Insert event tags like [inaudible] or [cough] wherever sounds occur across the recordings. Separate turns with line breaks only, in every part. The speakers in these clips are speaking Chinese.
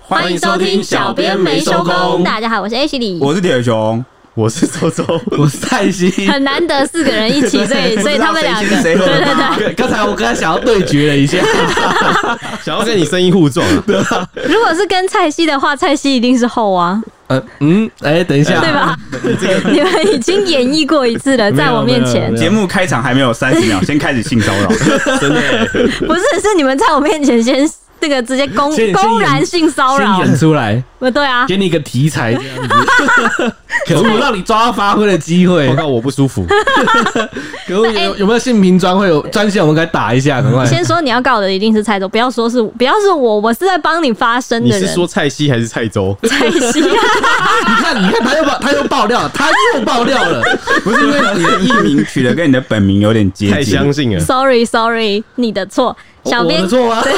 欢迎收听小编没收工
大家好，我是 H 李，
我是铁熊，
我是周周，
我是蔡西。
[laughs] 很难得四个人一起，所以所以他们两个
不知道谁
对
先谁后
对对。
刚才我跟他想要对决了一下，
想要跟你声音互撞、啊，
如果是跟蔡西的话，蔡西一定是后啊，
呃嗯，哎、等一下，
对？吧？你们已经演绎过一次了，在我面前
没有没有没有
节目开场还没有三十秒，先开始性骚扰，
真
[laughs]
的欸、
不是是你们在我面前先那个直接公
先
公然性骚
先
扰，
演出来，
不对啊，
给你一个题材这样子，可恶，让你抓到发挥的机会
报。告我不舒服，
可恶，
那哎
有有没有性平专会有专线？我们该打一下，赶快。
先说你要告的一定是蔡总，不要说是不要是我，我是在帮你发声
你
的
是
人。
说蔡西还是蔡州？
蔡西，
[laughs]
啊
你看，你看，他又爆，他又爆料了，他又爆料了。
不是因为你的艺名取的跟你的本名有点接
太相
近，
信了，
sorry sorry，你的错。小
我
编
的，错啊，可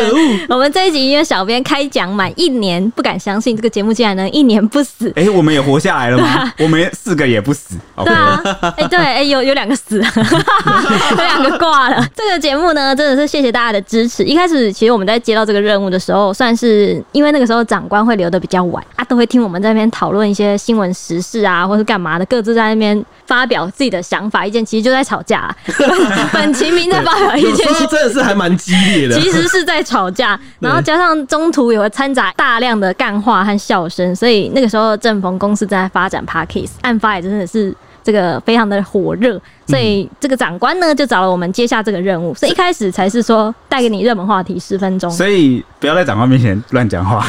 [laughs]
恶！
我们这一集因为小编开讲满一年，不敢相信这个节目竟然能一年不死。
哎，我们也活下来了吗？我们四个也不死，OK，[laughs]
对啊，哎、对，哎、有有两个死 [laughs] 了，有两个挂了。这个节目呢，真的是谢谢大家的支持。一开始，其实我们在接到这个任务的时候，算是因为那个时候长官会留的比较晚，啊，都会听我们在那边讨论一些新闻时事啊，或是干嘛的，各自在那边发表自己的想法意见，其实就在吵架、啊。本其名在发表意
有
见
时，候真的是还蛮激烈的。
其实是在
[laughs]
吵架，然后加上中途也会掺杂大量的干话和笑声，所以那个时候正逢公司正在发展 Parkes，案发也真的是这个非常的火热，所
嗯
以这个长官呢就找了我们接下这个任务，所以一开始才是说带给你热门话题十分钟。
所以不要在长官面前乱讲话，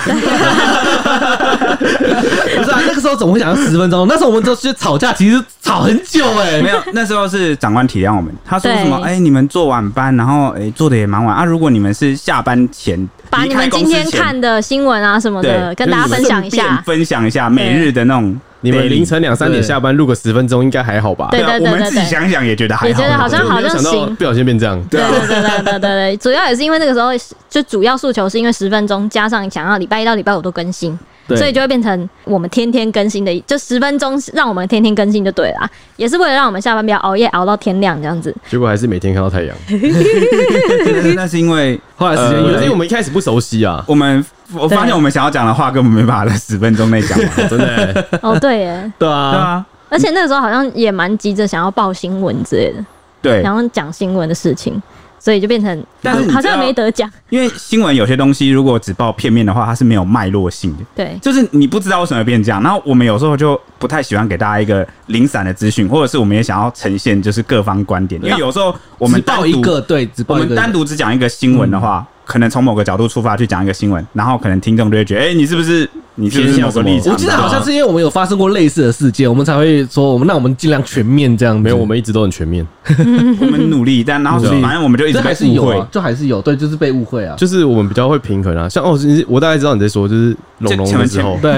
不是啊，那个时候怎么会想到十分钟？那时候我们都是吵架，其实吵很久哎、
没有，那时候是长官体谅我们，他说什么？
对
哎、你们做晚班，然后哎、做的也蛮晚啊。如果你们是下班前
把
离
你
开
们
公
今
司
天
前
看的新闻啊什么的
对
跟大家分享一
顺便
下。
分享一下每日的那种 daily。
你们凌晨两三点
对
下班录个十分钟应该还好吧？
对
啊我们自己想想也觉得还
也觉得好像
我没有想到
行
不小心变这样，
对对对对对对对，主要也是因为那个时候就主要诉求是因为十分钟加上想要礼拜一到礼拜五都更新，
对
所以就会变成我们天天更新的，就十分钟让我们天天更新就对了啊，也是为了让我们下班不要熬夜熬到天亮这样子。
结果还是每天看到太阳，呃
那
嗯
是那是因为
后
啊
来时间
因
越来
为
越
我们一开始不熟悉啊，
我们我
对
发现我们想要讲的话根本没办法在十分钟内讲完。对
真的欸、
哦，对耶，
对啊，
啊，
而且那个时候好像也蛮急着想要报新闻之类的，
对，
想要讲新闻的事情，所以就变成
但是你知道
好像没得讲。
因为新闻有些东西如果只报片面的话，它是没有脉络性的。
对，
就是你不知道为什么会变这样，然后我们有时候就不太喜欢给大家一个零散的资讯，或者是我们也想要呈现就是各方观点，因为有时候我们
只报
单
一
独
个，对，只
我
报一
们
个。
单独只讲一个新闻的话，可能从某个角度出发去讲一个新闻，然后可能听众就会觉得，哎、你是不是你是不是
偏向
某个
什么
立场？
我记得好
对
像
啊
是因为我们有发生过类似的事件，我们才会说我们那我们尽量全面这样子。
嗯
没有，我们一直都很全面，
我们努力，但然后
努力
反正我们就一直
嗯这
被
还是有
误会
啊，。就还是有，对，就是被误会啊。
就是我们比较会平衡啊。像哦，你我大概知道你在说，就是龙龙
前
的
面
时候，
对，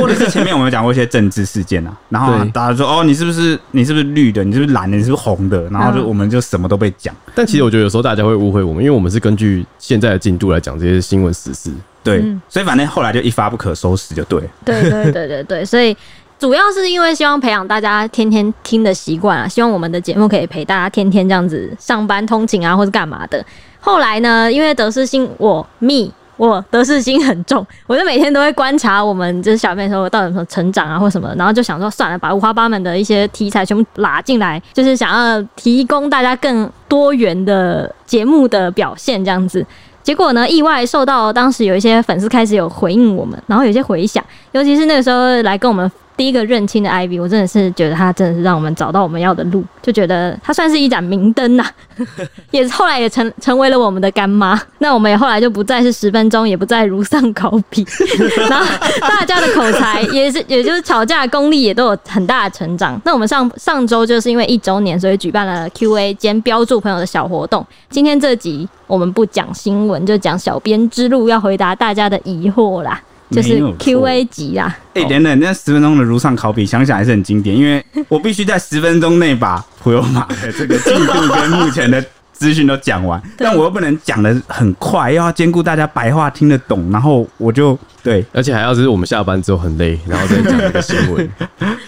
或者是前面我们有讲过一些政治事件啊，然后
[laughs] 对
大家说哦，你是不是你是不是绿的，你是不是蓝的，你是不是红的，然后就
嗯
我们就什么都被讲，
但其实我觉得有时候大家会误会我们，因为我们是根据现在的进度来讲这些新闻时事。
对
嗯，
所以反正后来就一发不可收拾，就对了。
对对对对对，所以主要是因为希望培养大家天天听的习惯啊，希望我们的节目可以陪大家天天这样子上班通勤啊，或是干嘛的。后来呢，因为得失心我 me。我得失心很重，我就每天都会观察我们就是小妹说我到底有什么成长啊或什么，然后就想说算了，把五花八门的一些题材全部拉进来，就是想要提供大家更多元的节目的表现这样子。结果呢，意外受到当时有一些粉丝开始有回应我们，然后有一些回响，尤其是那个时候来跟我们第一个认亲的 Ivy，我真的是觉得他真的是让我们找到我们要的路，就觉得他算是一盏明灯呐、 [laughs] 也后来也成成为了我们的干妈。那我们也后来就不再是十分钟，也不再如丧考妣， [laughs] 然后大家的口才也是，也就是吵架的功力也都有很大的成长。那我们上上周就是因为一周年，所以举办了 Q&A 兼标注朋友的小活动。今天这集我们不讲新闻，就讲小编之路，要回答大家的疑惑啦，就
没
是
有错
Q&A 集啦。
哎、等等，那十分钟的如上考比，想想还是很经典，因为我必须在十分钟内把普悠玛的这个进度跟目前的资讯都讲完，
[laughs] 对
但我又不能讲的很快，又要兼顾大家白话听得懂，然后我就对
而且还要就是我们下班之后很累，然后再讲那个新
[laughs]
闻，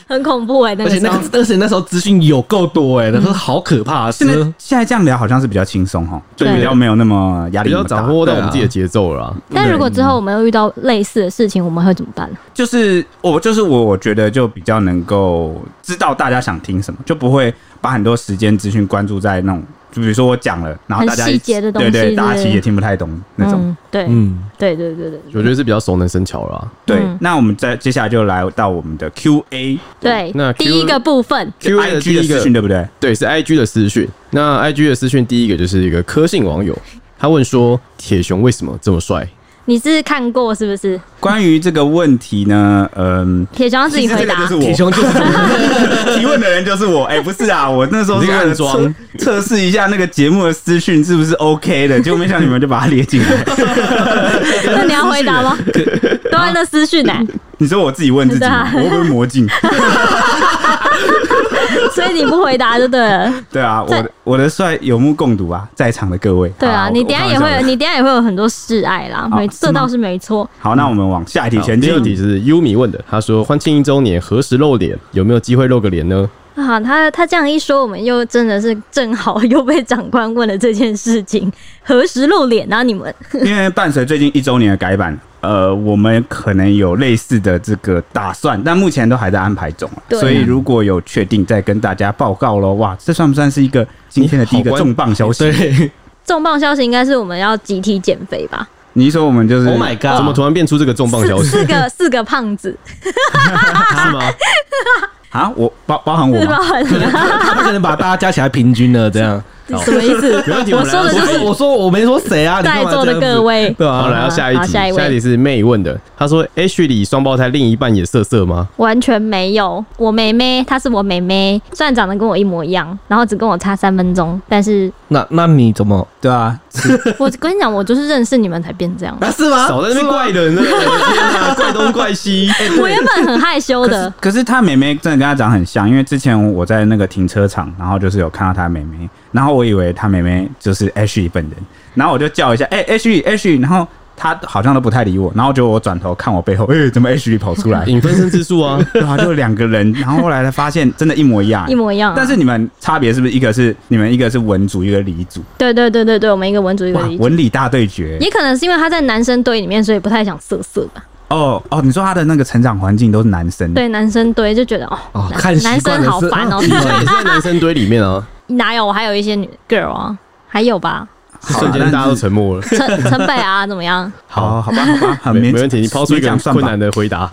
很恐怖哎、那
而
个
且
时
那
候
个，而且那时候资讯有够多哎、那时候好可怕，是
现在现在这样聊好像是比较轻松哈，就
对
比较没有那么
啊
压力
比
那
较
么大
掌。握到我们自己的节奏了啦。
但如果之后我们又遇到类似的事情，我们会怎么办？
就是我就是我，我觉得就比较能够知道大家想听什么，就不会把很多时间资讯关注在那种，就比如说我讲了，然后大家
很细节的东西
对
是不
对，
是
大家其实也听不太懂那种。
嗯，对，
嗯，
对对对对对，
我觉得是比较熟能生巧了。
对，
嗯
那我们再接下来就来到我们的 Q&A
对。
那 Q-
第一个部分，
Q A 的
IG
第
的
一
资
个
讯，对不对？
对，是 I G 的私讯。那 I G 的私讯第一个就是一个柯姓网友，他问说：“铁熊为什么这么帅
你是看过是不是？
关于这个问题呢，嗯、
铁熊自己回答
其实这个就。是我
铁熊就是这 [laughs]
[laughs]
样
提问的人就是我，哎、不是
[laughs]
啊，我那时候
你
是
这个
为了
暗装
测测试一下那个节目的资讯是不是 OK 的，结果没想到你们就把它列进来。
[laughs] 那你要回答吗？
欸
[laughs] 都在那私讯呢、欸
你说我自己问自己吗，我
对啊
会不会魔
[laughs]
镜？
所以你不回答就对了。
对啊， [laughs] 我
在
的我的帅有目共睹啊，在场的各位。
对
好
啊，
我
你等一下
我
也
开玩笑
会，
的
你等一下也会有很多示爱啦，
好
没
嗯是
这
吗
倒是没错。
好，那我们往下一？”题
好
前
第二
进。
题是优米问的，他说：“欢庆一周年何时露脸？有没有机会露个脸呢
啊，他他这样一说，我们又真的是正好又被长官问了这件事情，何时露脸啊？你们
因为伴随最近一周年的改版，呃，我们可能有类似的这个打算，但目前都还在安排中啊、
对啊
所以如果有确定，再跟大家报告喽。哇，这算不算是一个今天的第一个
你好关
重磅消息？
对
重磅消息应该是我们要集体减肥吧？
你一说我们就是
，Oh my？” god，
怎么突然变出这个重磅消
四
息？
[laughs] 四个四个胖子，
是吗？
啊，我包包含我
是
吗？？
吧
他不可能把大家加起来平均了这样？
什么意思？
没问题，
我
们来
说
到
的
下
就
[laughs] 我
一题
是
说我说我没说谁啊，你干
在
嘛
座的
这样子
各，位，
对
好，
啊，
来到下一
好
题。
下
下
一
一
位
题是妹问的，她说：“H 里双胞胎另一半也色色吗
完全没有。我妹妹她是我妹妹，虽然长得跟我一模一样，然后只跟我差三分钟，但是
那那你怎么？
对啊，
我跟你讲，我就是认识你们才变
[laughs]
这样。
啊是吗？
少在那边怪人了，啊我的天哪，怪东怪西。
[laughs] 我原本很害羞
可是
的，
可是她妹妹真的跟她长很像，因为之前我在那个停车场，然后就是有看到她妹妹，然后我以为她妹妹就是 H 本人，然后我就叫一下，哎、h H，然后她好像都不太理我，然后就我转头看我背后，哎、怎么 H 跑出
[laughs]
来？ [laughs]
引分身之术啊，
对啊，就两个人，然后后来才发现真的，一模一
哎
样，
一模一样啊、
但是你们差别是不是一个是你们一个是文组，一个理组？
对对对对对，我们一个文组一个
哇
理，组。
文理大对决
也可能是因为他在男生堆里面，所以不太想色色吧。
哦哦！你说他的那个成长环境都是男生，
对男生堆就觉得哦，
哦
男
看习
男
惯
生
了
好
是 [laughs]
烦哦
啊。
你现在也是在男生堆里面啊，
哪有？我还有一些女 girl 啊，还有吧，
好啊
瞬间大家都沉默了。
[laughs] 城城北啊，怎么样？
好好吧，好吧，很
没
勉
没问题，你抛出一
勉
个
强算
困
吧
难的回答，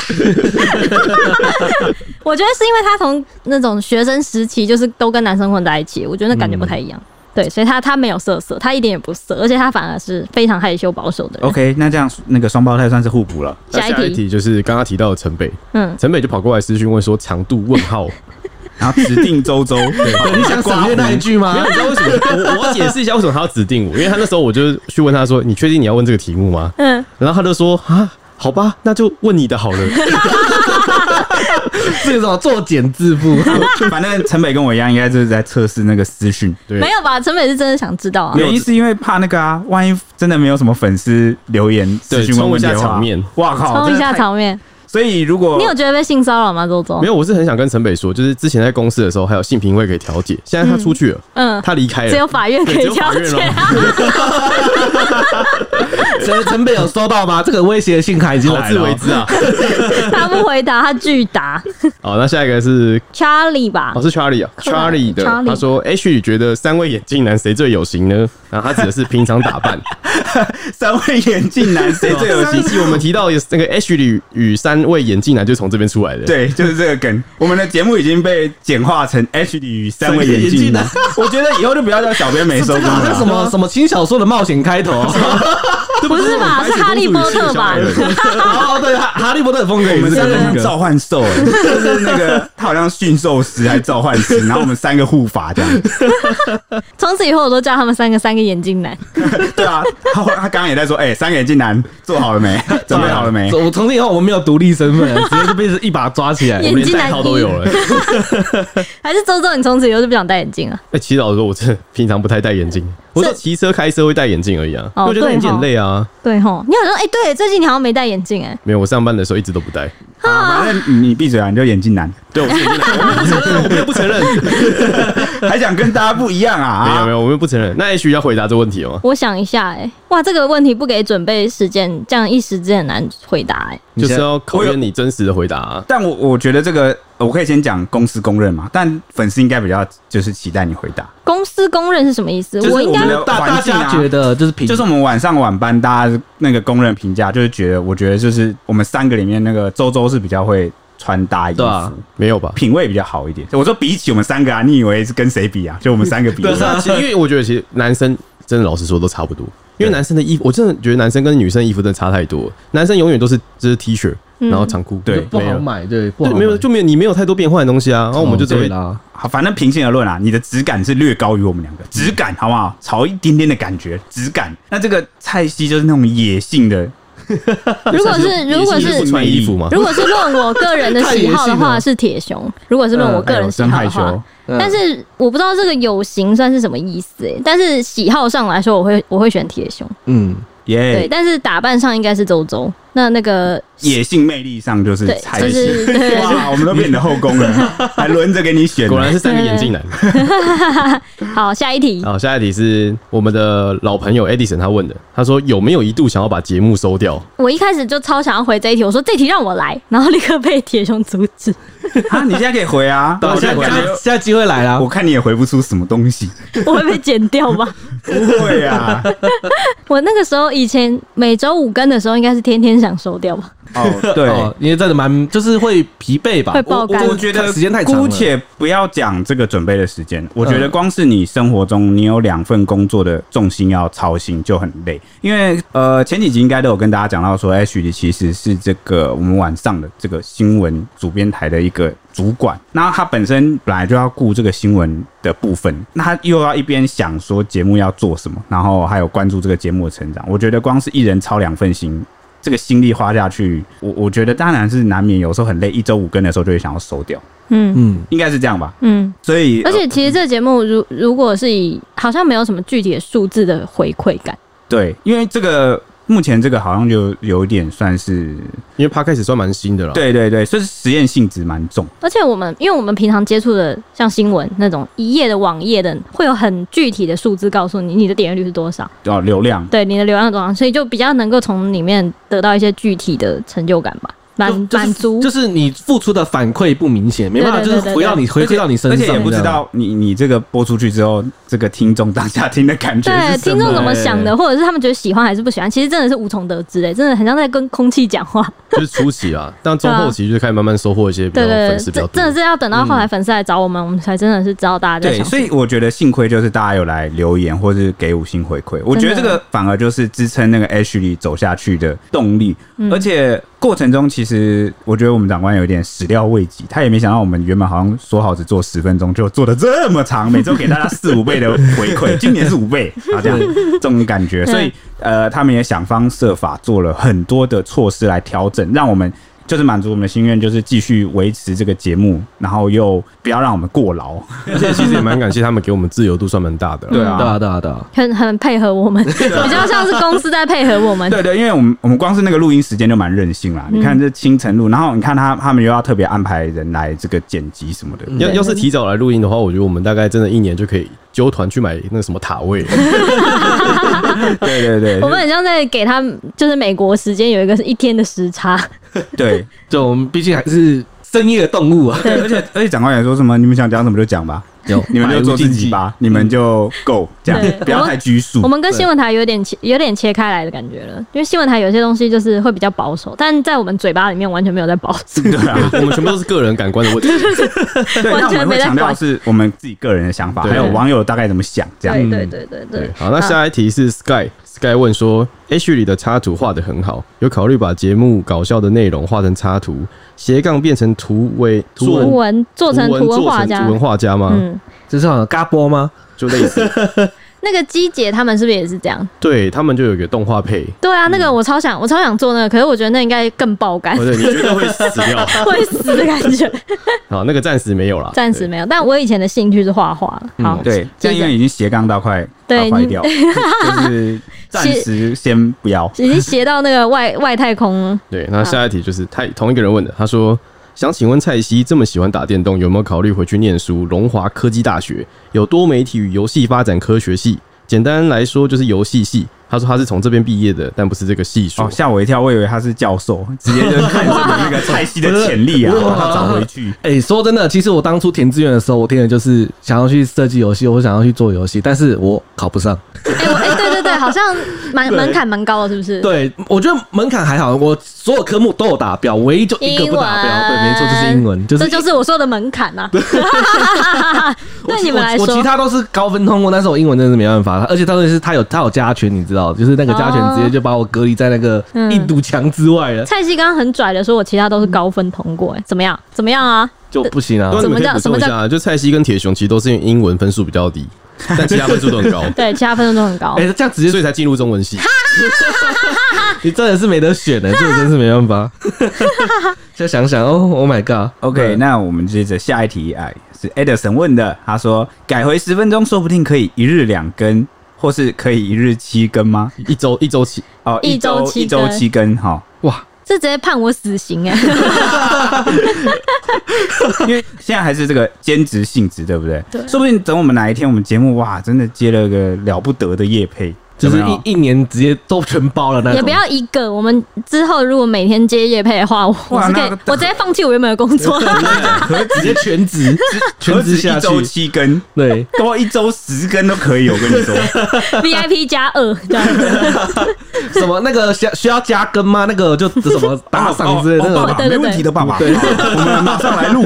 我觉得是因为他从那种学生时期就是都跟男生混在一起，我觉得那感觉不太一
嗯
样。对，所以他他没有色色，他一点也不色，而且他反而是非常害羞保守的人。
OK，那这样那个双胞胎算是互补了。
那
下一题
哦下一题就是刚刚提到的城北，
嗯，
城北就跑过来私讯问说长度问号，
然后指定周周， [laughs] 对
你 [laughs] 想省略那一句
啊
吗
没有？你知道为什
[laughs]
么？我我解释一下为什么他要指定我，因为他那时候我就去问他说你确定你要问这个题目吗？
嗯，
然后他就说啊。好吧，那就问你的
[laughs]
好了。
[laughs] 这个什么作茧自缚？
[laughs] 反正陈北跟我一样，应该就是在测试那个私讯。
对，
没有吧？城北是真的想知道啊。
原因是因为怕那个啊，万一真的没有什么粉丝留言私
对
讯问问题的
冲一下
话
场面，
哇靠，
冲一
真的
下
太。
场面，
所以如
哦
果
你有觉得被性骚扰吗，周周
没？有，我是很想跟陈北说，就是之前在公司的时候还有性评会可以调解，现在他出去了，
嗯，
他离开了，
只有法院可
哎对只
以
有
调
法院哦
解
咯
啊。
陈陈北有收到吗？这个威胁的信卡已经
好
[laughs] 来
自
了
为
哦。
[laughs]
之啊。
[laughs] 他不回答，他拒答。
好，那下一个是
Charlie 吧
哦，，是 Charlie 啊
克莱
，Charlie 的，
Charlie
他说 H 你觉得三位眼镜男谁最有型呢？然后他指的是平常打扮，
三位眼镜男谁 [laughs] 最有
上一
戏？
期我们提到的那个 H 与与三位眼镜男就从这边出来的，，
对，就是这个梗。我们的节目已经被简化成 H 与三位 [laughs] 眼镜男
三。
我觉得以后就不要叫小编没
这
收
个
工 [laughs]
好像什
了。
么什么轻小说的冒险开头哦，
不是吧？是哈利波特吧？
哦对，哈哈利波特的风格
我
也
们
是
三个
这
像
个
召
风
唤兽、欸，就是那个他好像驯兽师还是召唤师，然后我们三个护法这样。
从此以后我都叫他们三个三个眼镜男。
对啊，他他刚刚也在说，哎、三个眼镜男做好了没？准备好了没？
啊我从今以后我们没有独立身份了，直接就被一把抓起来。
眼
我们连
睛
代
难
号都
移
有了、欸。
还是周周，你从此以后就不想戴眼镜啊了？
[laughs] 哎、祈祷的时候，我真的平常不太戴眼镜，我说骑车、开车会戴眼镜而已啊，因
哦
为我觉得戴眼镜很累啊。
对吼，你好像哎、对，最近你好像没戴眼镜哎、
没有，我上班的时候一直都不戴。
啊，反正你闭嘴啊，你就眼镜男，
对，我是眼镜男，我没有不承认， [laughs] 我没有不承认，
还想跟大家不一样啊？
[laughs] 没有没
有，
有，我们不承认。那 H 要回答这问题吗？
我想一下哎、哇，这个问题不给准备时间，这样一时之间很难回答哎、
就
你先
是要考
我有
验你真实的回答、啊。
但我我觉得这个呃我可以先讲公司公认嘛，但粉丝应该比较就是期待你回答，
公司公认是什么意思？
就是
我应该
我们的
大大
环境啊
家觉得就是平，
就是我们晚上晚班大家那个公认评价，就是觉得我觉得就是我们三个里面那个周周是比较会穿搭衣服。
对啊
没有吧？
品味比较好一点，我说比起我们三个啊，你以为是跟谁比啊？就我们三个比，
对啊，其实因为我觉得其实男生真的老实说都差不多，因为男生的衣服，我真的觉得男生跟女生衣服真的差太多了。男生永远都是就是 T 恤，
嗯
然后长裤，
对
就不
没
好
有。
买，对，不
对，
好
没有
买哦
就没有，你没有太多变换的东西啊，然后我们就只
哦
对
会
啦。
好，反正平心而论啊，你的质感是略高于我们两个，质感好不好？潮一点点的感觉，质感。那这个蔡西就是那种野性的，
如果
也
是如果
也
是
不穿衣服嘛，
如果是论我个人的喜好的
太野性
话，
了
是铁熊；如果是论我个人喜
真
好
害
的话，
羞。
嗯
但是我不知道这个有型算是什么意思、欸、但是喜好上来说，我会我会选铁熊，
嗯，
对。
耶，
但是打扮上应该是周周。那那个
野性魅力上就是
对
蔡
就
西 [laughs]
是。对
哇，我们都变你的后宫
[laughs]
了，还轮着给你选呢。
果然是三个眼镜男。
好，下一题，
好，下一题是我们的老朋友 Edison 他问的，他说有没有一度想要把节目收掉？
我一开始就超想要回这一题，我说这题让我来，然后立刻被铁熊阻止。
啊，你现在可以回啊。
好
我
现在
现在
现
感
在
觉
现在机会来了
我，看你也回不出什么东西。
我会被剪掉吧？
不会啊，
我那个时候以前每周五更的时候，应该是天天想收掉吧？
哦，对，
哦，因为真的蛮就是会疲惫吧，
会爆肝
我觉得
时间太长了
姑且不要讲这个准备的时间，我觉得光是你生活中你有两份工作的重心要操心就很累，因为呃前几集应该都有跟大家讲到说，H 哎里其实是这个我们晚上的这个新闻主编台的一个主管，那他本身本来就要顾这个新闻的部分，那他又要一边想说节目要做什么，然后还有关注这个节目的成长，我觉得光是一人操两份心，这个心力花下去，我我觉得当然是难免，有时候很累，一周五更的时候就会想要收掉，
嗯
嗯，
应该是这样吧。
嗯。
所以，
而
呃
且其实这个节目如如果是以好像没有什么具体的数字的回馈感，
对，因为这个目前这个好像就有一点算是，
因为 p 开始算蛮新的
哦
了，，
对对对，所以实验性质蛮重。
而且我们因为我们平常接触的像新闻那种一页的网页的，会有很具体的数字告诉你你的点阅率是多少，
哦，流量
对你的流量有多少，所以就比较能够从里面得到一些具体的成就感吧，满
就就是
满足
就。是你付出的反馈不明显，没办法，
对
就
对
是
对对
回到你回馈到你身
而
上，
且也不知
这样。
道你你这个播出去之后，这个听众当下听的感觉
啊
对
是什
听众
么
怎？么想
哎
的，或者是他们觉得喜欢还是不喜欢，其实真的是无从得知哎诶，真的很像在跟空气讲话。
就是初期
[laughs]
啊，但中后期就开始慢慢收获一些比较
对对啊
粉
对，
丝比
这
较
真的
多。
是要等到后来粉丝来找我们，我们才真的是知道大家在
对，
想什
所
么。
以我觉得幸亏就是大家有来留言或是给五星回馈，我觉得这个反而就是支撑那个 H 里走下去的动力。而且过程中，其实我觉得我们长官有一点始料未及，他也没想到我们原本好像说好只做十分钟，就做的这么长，每周给大家四五倍的回馈，今年是五倍啊，这样这种感觉。所以呃，他们也想方设法做了很多的措施来调整，让我们。就是满足我们的心愿，就是继续维持这个节目，然后又不要让我们过劳。
而且其实也蛮感谢他们给我们自由度算蛮大的啦。
对啊
对啊，对啊，对啊，
很很配合我们，比较像是公司在配合我
[laughs]
们。
对对，因为我们我们光是那个录音时间就蛮任性啦。
嗯
你看这清晨录，然后你看他他们又要特别安排人来这个剪辑什么的，
嗯
要要是提早来录音的话，我觉得我们大概真的一年就可以揪团去买那个什么塔
[laughs]
位，
对对对，
我们很像在给他们，就是美国时间有一个是一天的时差， [laughs]
对
就我们毕竟还是深夜的动物啊，
对，而且而且长官也说什么，你们想讲什么就讲吧，
有
你们就做自己吧，你们就够这样，
嗯对
不要太拘束
我。们跟新闻台有点切有点切开来的感觉了，因为新闻台有些东西就是会比较保守，但在我们嘴巴里面完全没有在保守。
对啊，
我们全部都是个人感官的问题。
对，那我们会强调是我们自己个人的想法，
对
还有网友大概怎么想这样。
对对对对对
对，，好，那下一题是 Sky。Sky 问说：“H 里的插图画的很好，有考虑把节目搞笑的内容画成插图，斜杠变成图为
图
作
文做成图
图文
文
做
画
成
家
图，文画家吗？
嗯，
就是好像嘎波吗？
就类似，
那个鸡姐他们是不是也是这样？
对他们就有一个动画配，
对啊，那个我超想，我超想做那个，可是我觉得那应该更爆肝
哦，，对，你绝对会死掉。
[laughs] 会死的感觉。
好，那个暂时没有啦，
暂时没有，但我以前的兴趣是画画了。
嗯
好，
对，这样因为已经斜杠到快
对
到坏
你
掉，
[laughs]
就是暂时先不要。
已经斜到那个外外太空
[laughs]
了。
对。对，那下一题就是他同一个人问的，他说想请问蔡西这么喜欢打电动，有没有考虑回去念书？龙华科技大学有多媒体与游戏发展科学系，简单来说就是游戏系。他说他是从这边毕业的，但不是这个系数。
哦，吓我一跳，我以为他是教
[laughs]
授，直接就看上那个蔡西的潜力啊，
哇
把他找回
[laughs]
去。
哎、说真的，其实我当初填志愿的时候，我填的就是想要去设计游戏，我想要去做游戏，但是我考不上。
哎、我哎、对对对，好像蛮
对
门槛蛮高的，是不是？
对，我觉得门槛还好，我所有科目都有达标，唯一就一个不达标。对，没错，就是英文，就是
这就是我说的门槛呐、 [laughs] 啊。对你们来
我
说，
我其他都是高分通过，但是我英文真的是没办法，而且当时是他有他有加权，你知道，就是那个加权直接就把我隔离在那个
哦嗯
一堵墙之外了，
蔡西刚刚很拽的说，我其他都是高分通过、哎，怎么样？怎么样啊？
就不
[laughs]
行啊
对。啊
怎么
你们可以
叫
补
怎
充一
么
下
叫
啊，就蔡西跟铁雄其实都是因为英文分数
[laughs]
比较低，但其他分数都很高，
对，其他分数都很高。
哎、这样直接
所以才进入中文系。
你真的是没得选的、这个真是没
[laughs]
办法。再想想哦，Oh my god。
OK，那嗯我们接着下一题，哎，是 Edison 问的，他说改回十分钟，说不定可以一日两更，或是可以一日七更
[laughs]
吗？
一周一周起，
哦，
一周
周
七
一周
更
七更，哈，
哇，
这直接判我死刑哎、
因为现在还是这个兼职性质，对不 [laughs] 对？
对
说不定等我们哪一天我们节目哇，真的接了个了不得的业配，
就是
有没有
一一年直接都全包了那种，
也不要一个。我们之后如果每天接夜配的话，我我
哇
是可以
那，
我直接放弃我原本的工
[laughs]
作。 [laughs]
直接全职全
何止
职下
一
去，
周七更，
对，
多一周十更都可以。我跟你
[laughs]
说， [laughs]
VIP 加二这样子，
什么那个需要需要加更吗？那个就
[laughs]
什么打赏之类的
哦哦
那种
爸，爸
对对对
没问题的，爸爸，好我们马上来录。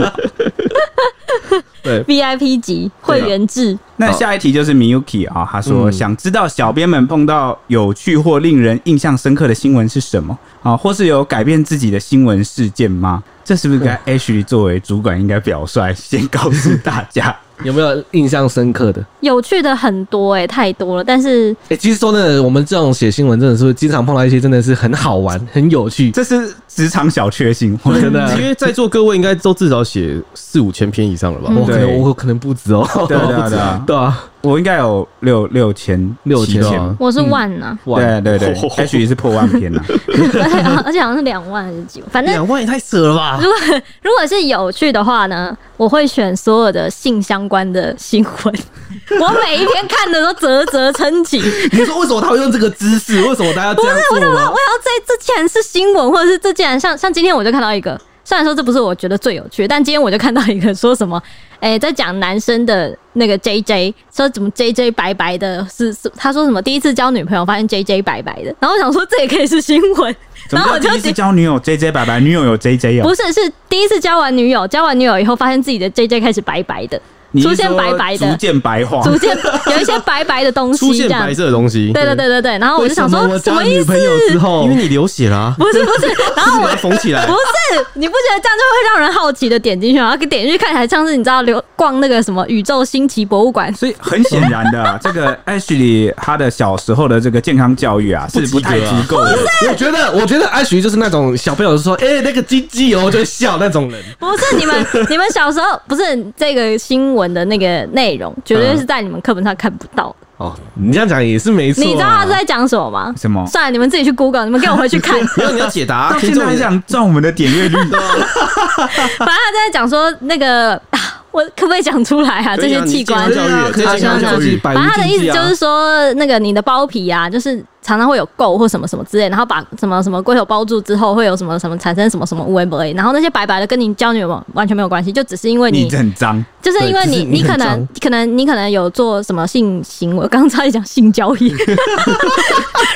对
VIP 级会员制，
那下一题就是 Miyuki 啊、他说、
嗯
想知道小编们碰到有趣或令人印象深刻的新闻是什么啊，或是有改变自己的新闻事件吗？这是不是该 Ashley 作为主管应该表率，先告诉大家？
有没有印象深刻的？
有趣的很多哎、太多了。但是
哎、其实说真的，我们这种写新闻真的是经常碰到一些真的是很好玩、很有趣，
[laughs] 这是职场小确 [laughs] 幸，我
真的。
因为在座各位应该都至少写四五千篇以上了吧？
嗯
我可能
对
我可能不止哦，
对啊对啊对啊
[laughs] 对啊，
我应该有六六千哦
六
七
千啊
我是万呐、 [laughs]
对对对，Ashley 是破万篇啊 [laughs] 了、
而且好而且好像是两万还是几万，反正
两万也太扯了
[laughs]
吧？
如果是有趣的话呢，我会选所有的性相关的新闻， [laughs] 我每一篇看的都啧啧称奇。
你说为什么他会用这个姿势？为什么大家这样做
我
吗？
要这这竟然是新闻，或者是这竟然像像今天我就看到一个，虽然说这不是我觉得最有趣，但今天我就看到一个说什么，哎、在讲男生的那个 J J，说怎么 J J 白白的，是是他说什么第一次交女朋友发现 J J 白白的，然后我想说这也可以是新闻，
怎
然
么
后
叫
我
第一
就
次交女友 J J 白白，女友有 J J 哦
不？是是第一次交完女友，交完女友以后发现自己的 J J 开始白白的，
你是
出现
说
白白的
逐渐白化，
逐渐有一些白白的东
[laughs] 出
西
现
这样
白。色的东西，
对对对对对，然后我就想说
为
什
什么
么
我交女
意思
朋？友之后
因为，你流血
[laughs]
啦、
不是不是，然后
把
我
它缝起
[laughs]
来
不。是，你不觉得这样就会让人好奇的点进去吗？然后点进去看起来像是你知道流逛那个什么宇宙新奇博物馆，
所以很显然的
[laughs]
啊，这个 Ashley 他的小时候的这个健康教育啊是不太足够的。
啊
我觉得我觉得安徐就是那种小朋友说，哎、那个鸡鸡哦，就会笑那种人。
不是你们你们小时候不是这个新闻的那个内容，绝对是在你们课本上看不到。
哦，你这样讲也是没错、啊。
你知道他是在讲什么吗？
什么
算了，你们自己去 Google，你们给我回去看。
没有，你要解答、啊
到
听
现
众
在还想赚我们的点阅
[laughs]
率，
啊反正他在讲说那个，啊我可不可以讲出来啊？
可
这
以
些
啊
器官
你，健康教育
可以
好
健康
像
教育，百无
反正他的意
禁
思
忌啊
就是说，那个你的包皮啊，就是常常会有垢或什么什么之类，然后把什么什么龟头包住之后，会有什么什么产生什么什么无为不为，然后那些白白的跟你交女友完全没有关系，就只是因为你，
你很脏，
就是因为
对只
你
是你
可
很
能
脏
可能你可能有做什么性行为，我刚刚差点讲性交易。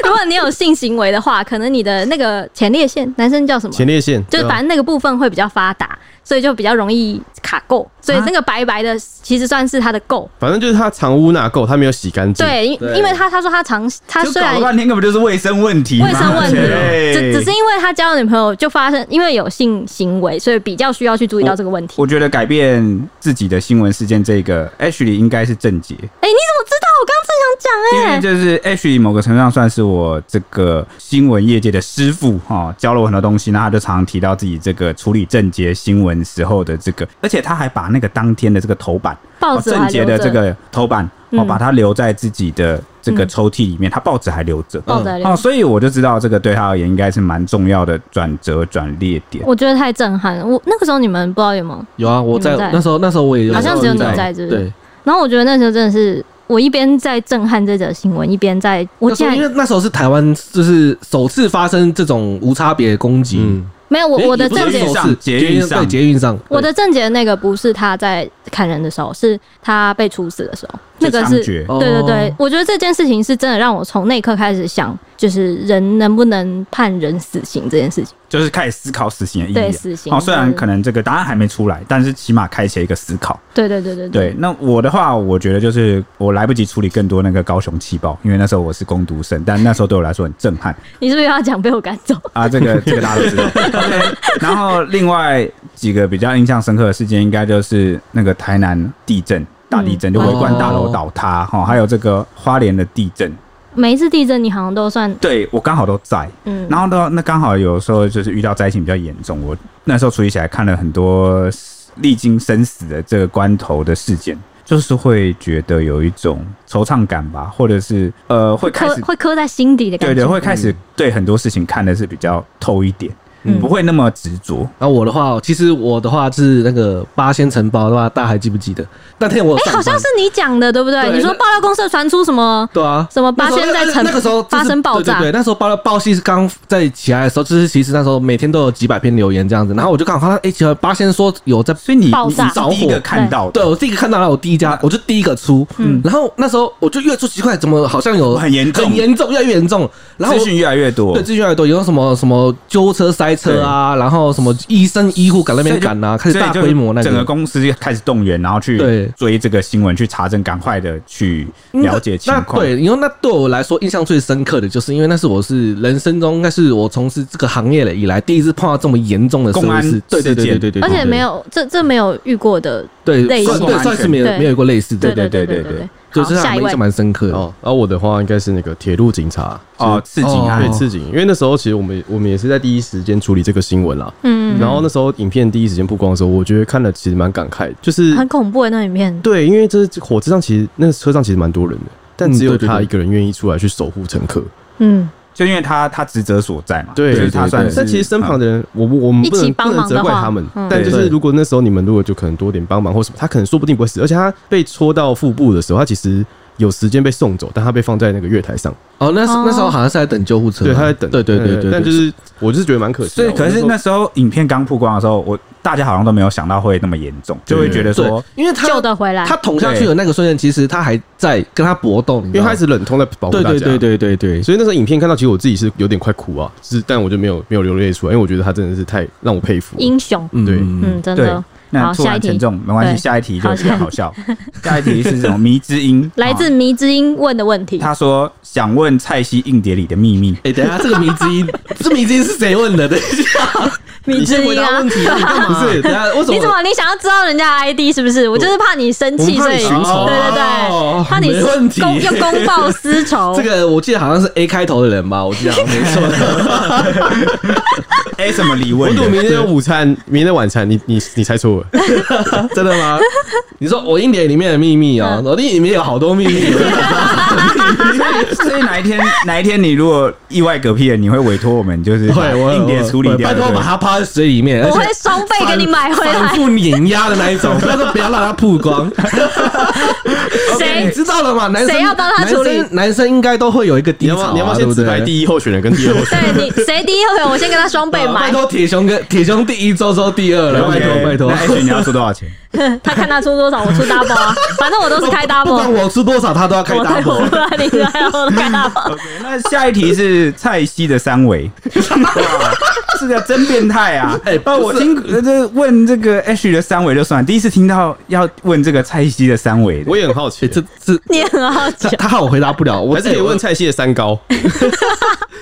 如果你有性行为的话，可能你的那个前列腺，男生叫什么？
前列腺，
就是反正那个部分会比较发达，所以就比较容易卡垢，所以那个白白的其实算是它的垢。
反正就是他藏污纳垢，他没有洗干净。
对，因
对
因为他他说他常他
就
虽
搞
然
了半天根本就是卫生问题嘛，
啊卫生问题，
对
只只是因为他交了女朋友就发生，因为有性行为，所以比较需要去注意到这个问题。
我觉得改变自己的新闻事件，这个 Ashley 应该是正解，
哎、你怎么知道？我刚正想
因
哎、
为就是 H 某个程度上算是我这个新闻业界的师傅哈、哦，教了我很多东西。那他就常常提到自己这个处理政节新闻时候的这个，而且他还把那个当天的这个头版，
报
哦，
纸我
政
还
节
留
的
着，
这个头版，哦，
嗯
把它留在自己的这个
嗯
抽屉里面，他报纸还留着。
报纸还留着
哦，所以我就知道这个对他而言应该是蛮重要的转折转捩点。
我觉得太震撼了。我那个时候你们不知道有没有，
有啊，我在
你们在
那时候那时候我也有，
嗯好像只有你
在
在，是不是？
对，
然后我觉得那时候真的是，我一边在震撼这则新闻，一边在我
那时
竟
候因
然
为那时候是台湾就是首次发生这种无差别攻击，
嗯，
没有我
诶
我的
也不是
正
正
解
解
首次
捷运上
在捷运上，
我的正解那个不是他在砍人的时候，是他被处死的时候，那个
就猖
是。
獗
哦
对对对，我觉得这件事情是真的让我从那一刻开始想，就是人能不能判人死刑这件事情。
就是开始思考死刑的意义、
对死刑嗯
哦，虽然
对
可能这个答案还没出来，但是起码开启了一个思考。
对对对对
对，那我的话，我觉得就是我来不及处理更多那个高雄气爆，因为那时候我是攻读生，但那时候对我来说很震撼
你是不是又要讲被我赶走？
啊，这 [laughs] 个这个大家都知道。OK，然后另外几个比较印象深刻的事件，应该就是那个台南地震。大地震就围观大楼倒塌，哈、还有这个花莲的地震，
[laughs] 每一次地震你好像都算
对我刚好都在，
嗯，
然后呢，那刚好有时候就是遇到灾情比较严重，我那时候处理起来看了很多历经生死的这个关头的事件，就是会觉得有一种惆怅感吧，或者是呃会开
刻
始
会刻在心底的感
对
觉。
对会开
嗯
始对很多事情看的是比较透一点，
嗯
不会那么执着。
然后哦我的话，其实我的话是那个八仙城堡的话，大家还记不记得？那天我有
哎、
上
好
班
像是你讲的，对不对？
对
你说
那
爆料公社传出什么？
对啊，
什么八仙在城
那个时候就是
发生爆炸
对对对，那时候爆爆系是刚在起来的时候，就是其实那时候每天都有几百篇留言这样子，然后我就刚好看到，哎、其实八仙说有在，
所以你
爆
你
炸
是第一个看到
对
的，
我第一个看到，然后我第一家我就第一个出，
嗯
然后那时候我就越出奇怪，怎么好像有
很严重
很严重，越来越严重，然后
资。讯越来越多，
对，资讯越来越多，有什么什么纠车塞车啊，然后什么医生医护赶那边赶啊，开
所以
始
就
大规模那
整个
个。
公司就开始动员，然后去
对嗯
追这个新闻，去查证，赶快的去了解情
那
况。
对，因为那对我来说印象最深刻的就是，因为那是我是人生中，应该是我从事这个行业以来第一次碰到这么严重的社
公
会
安
事，对对对
事件
对对对，
而且
对
没有这这没有遇过的，
对
类
算
似
对算是没有
对
没有过类似的，
对
对对
对
对
对对
就
好，
是
下
还
一位
蛮印象，蛮深刻的。
哦，而、啊、我的话应该是那个铁路警察
哦，刺激
哦
啊
对，刺警，因为那时候其实我们我们也是在第一时间处理这个新闻啦。
嗯，
然后那时候影片第一时间曝光的时候，我觉得看了其实蛮感慨，就是
很恐怖的那影片，
对，因为这火车上其实那车上其实蛮多人的，但只有
嗯对对
他
对
一个人愿意出来去守护乘客。
嗯，
就因为他他职责所在嘛，
对，
就是
对
他
对
算是。嗯
但其实身旁的人，我不我们
一
不
起
能
帮
不
忙
能
的
责怪
话
他们
嗯，
但就
对
是如果那时候你们如果就可能多点帮忙或什么，他可能说不定不会死，而且他被戳到腹部的时候，他其实。有时间被送走，但他被放在那个月台上，
哦，那时
哦
那时候好像是在等救护车，
对，他在等。嗯
对对对对对，
但就是我就是觉啊得蛮可惜
所
的。
以，可是那时候影片刚曝光的时候，我大家好像都没有想到会那么严重，就会觉得
对
说，，
因为他
救得回来，
他捅下去的那个瞬间，其实他还在跟他搏斗，你
因
知
为
道吗
他一直忍痛在保护
对
大
对
家，
对对对对，
所以那时候影片看到，其实我自己是有点快哭啊，是，但我就没有没有流泪出来，因为我觉得他真的是太让我佩服。
英雄，
嗯
对
嗯，真
对
的，，
那
好
突
下一
然
题
沉重，没关
对
系，下一题就
好
比较好笑。 [laughs] 下一题是什么？迷之音
[laughs] 来自
啊
迷之音问的问题，
他说想问蔡西硬碟里的秘密。
哎，等一下这个迷之 [laughs] 音，这迷之音是谁问的？等一下，
迷之
你先回
音
答
啊
问。题啊，你干嘛？不是，等一下为什么？
你怎么？你想要知道人家的 ID 是不是？我就是怕你生气，
我
所
们怕你
以对
寻仇啊
对
哦
对，怕你
没问题。
公又公报私仇
[laughs] 这个我记得好像是 A 开头的人吧，我记得好像没错。 [laughs]
哎，什么李
我
问
赌
的？
明天有午餐，明天的晚餐，你你你猜错了，
真的吗？你说我英典里面的秘密
嗯
哦，我英典里面有好多秘密。
所以哪一天哪一天你如果意外嗝屁了，你会委托我们就是把
会，我
硬碟处理掉。
拜托
对不
把
对
它泡在水里面，
我会双倍给你买回
反
来。
复碾压的那一
[laughs]
种，不要不要让它曝光。你 [laughs]
谁？
知道了吗？男生
哎谁要帮他处理
男生男生应该都会有一个低
你要
潮啊，
不要你要不要先
对
指
不对
排第一候选人跟第二候
[laughs]
选人？
对你谁第一后悔，我先跟他双倍
啊
买
拜。托铁熊跟铁熊第一周周第二了，拜托
OK，
拜托
那。H 你要出多少钱？
[laughs] 他看他出多少，我出 double
[laughs]
啊，反正我都是开
不
double
管。我出多少，他都要开哎
我在
double。
我你知道我开 double。
[laughs]
[laughs] 那下一题是蔡西的三维，哇这个真变态啊！
哎
不，我
不是
听呃这问这个 H 的三维就算，第一次听到要问这个蔡西的三维的
我。也很好哎， [laughs]
奇
这这
你很好奇
他，他害我回答不了，我
还是可以
哎我
问蔡西的三高，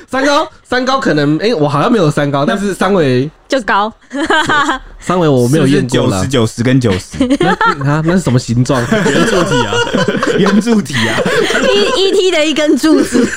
三高，三高可能哎、我好像没有三高，但是三围
就高，
三围我没有验过
九
啦
十。九十跟九
[laughs]
十
那啊，那是什么形状？
圆柱体啊，
[laughs] 圆柱体
[laughs]
啊，
E E T 的一根柱子，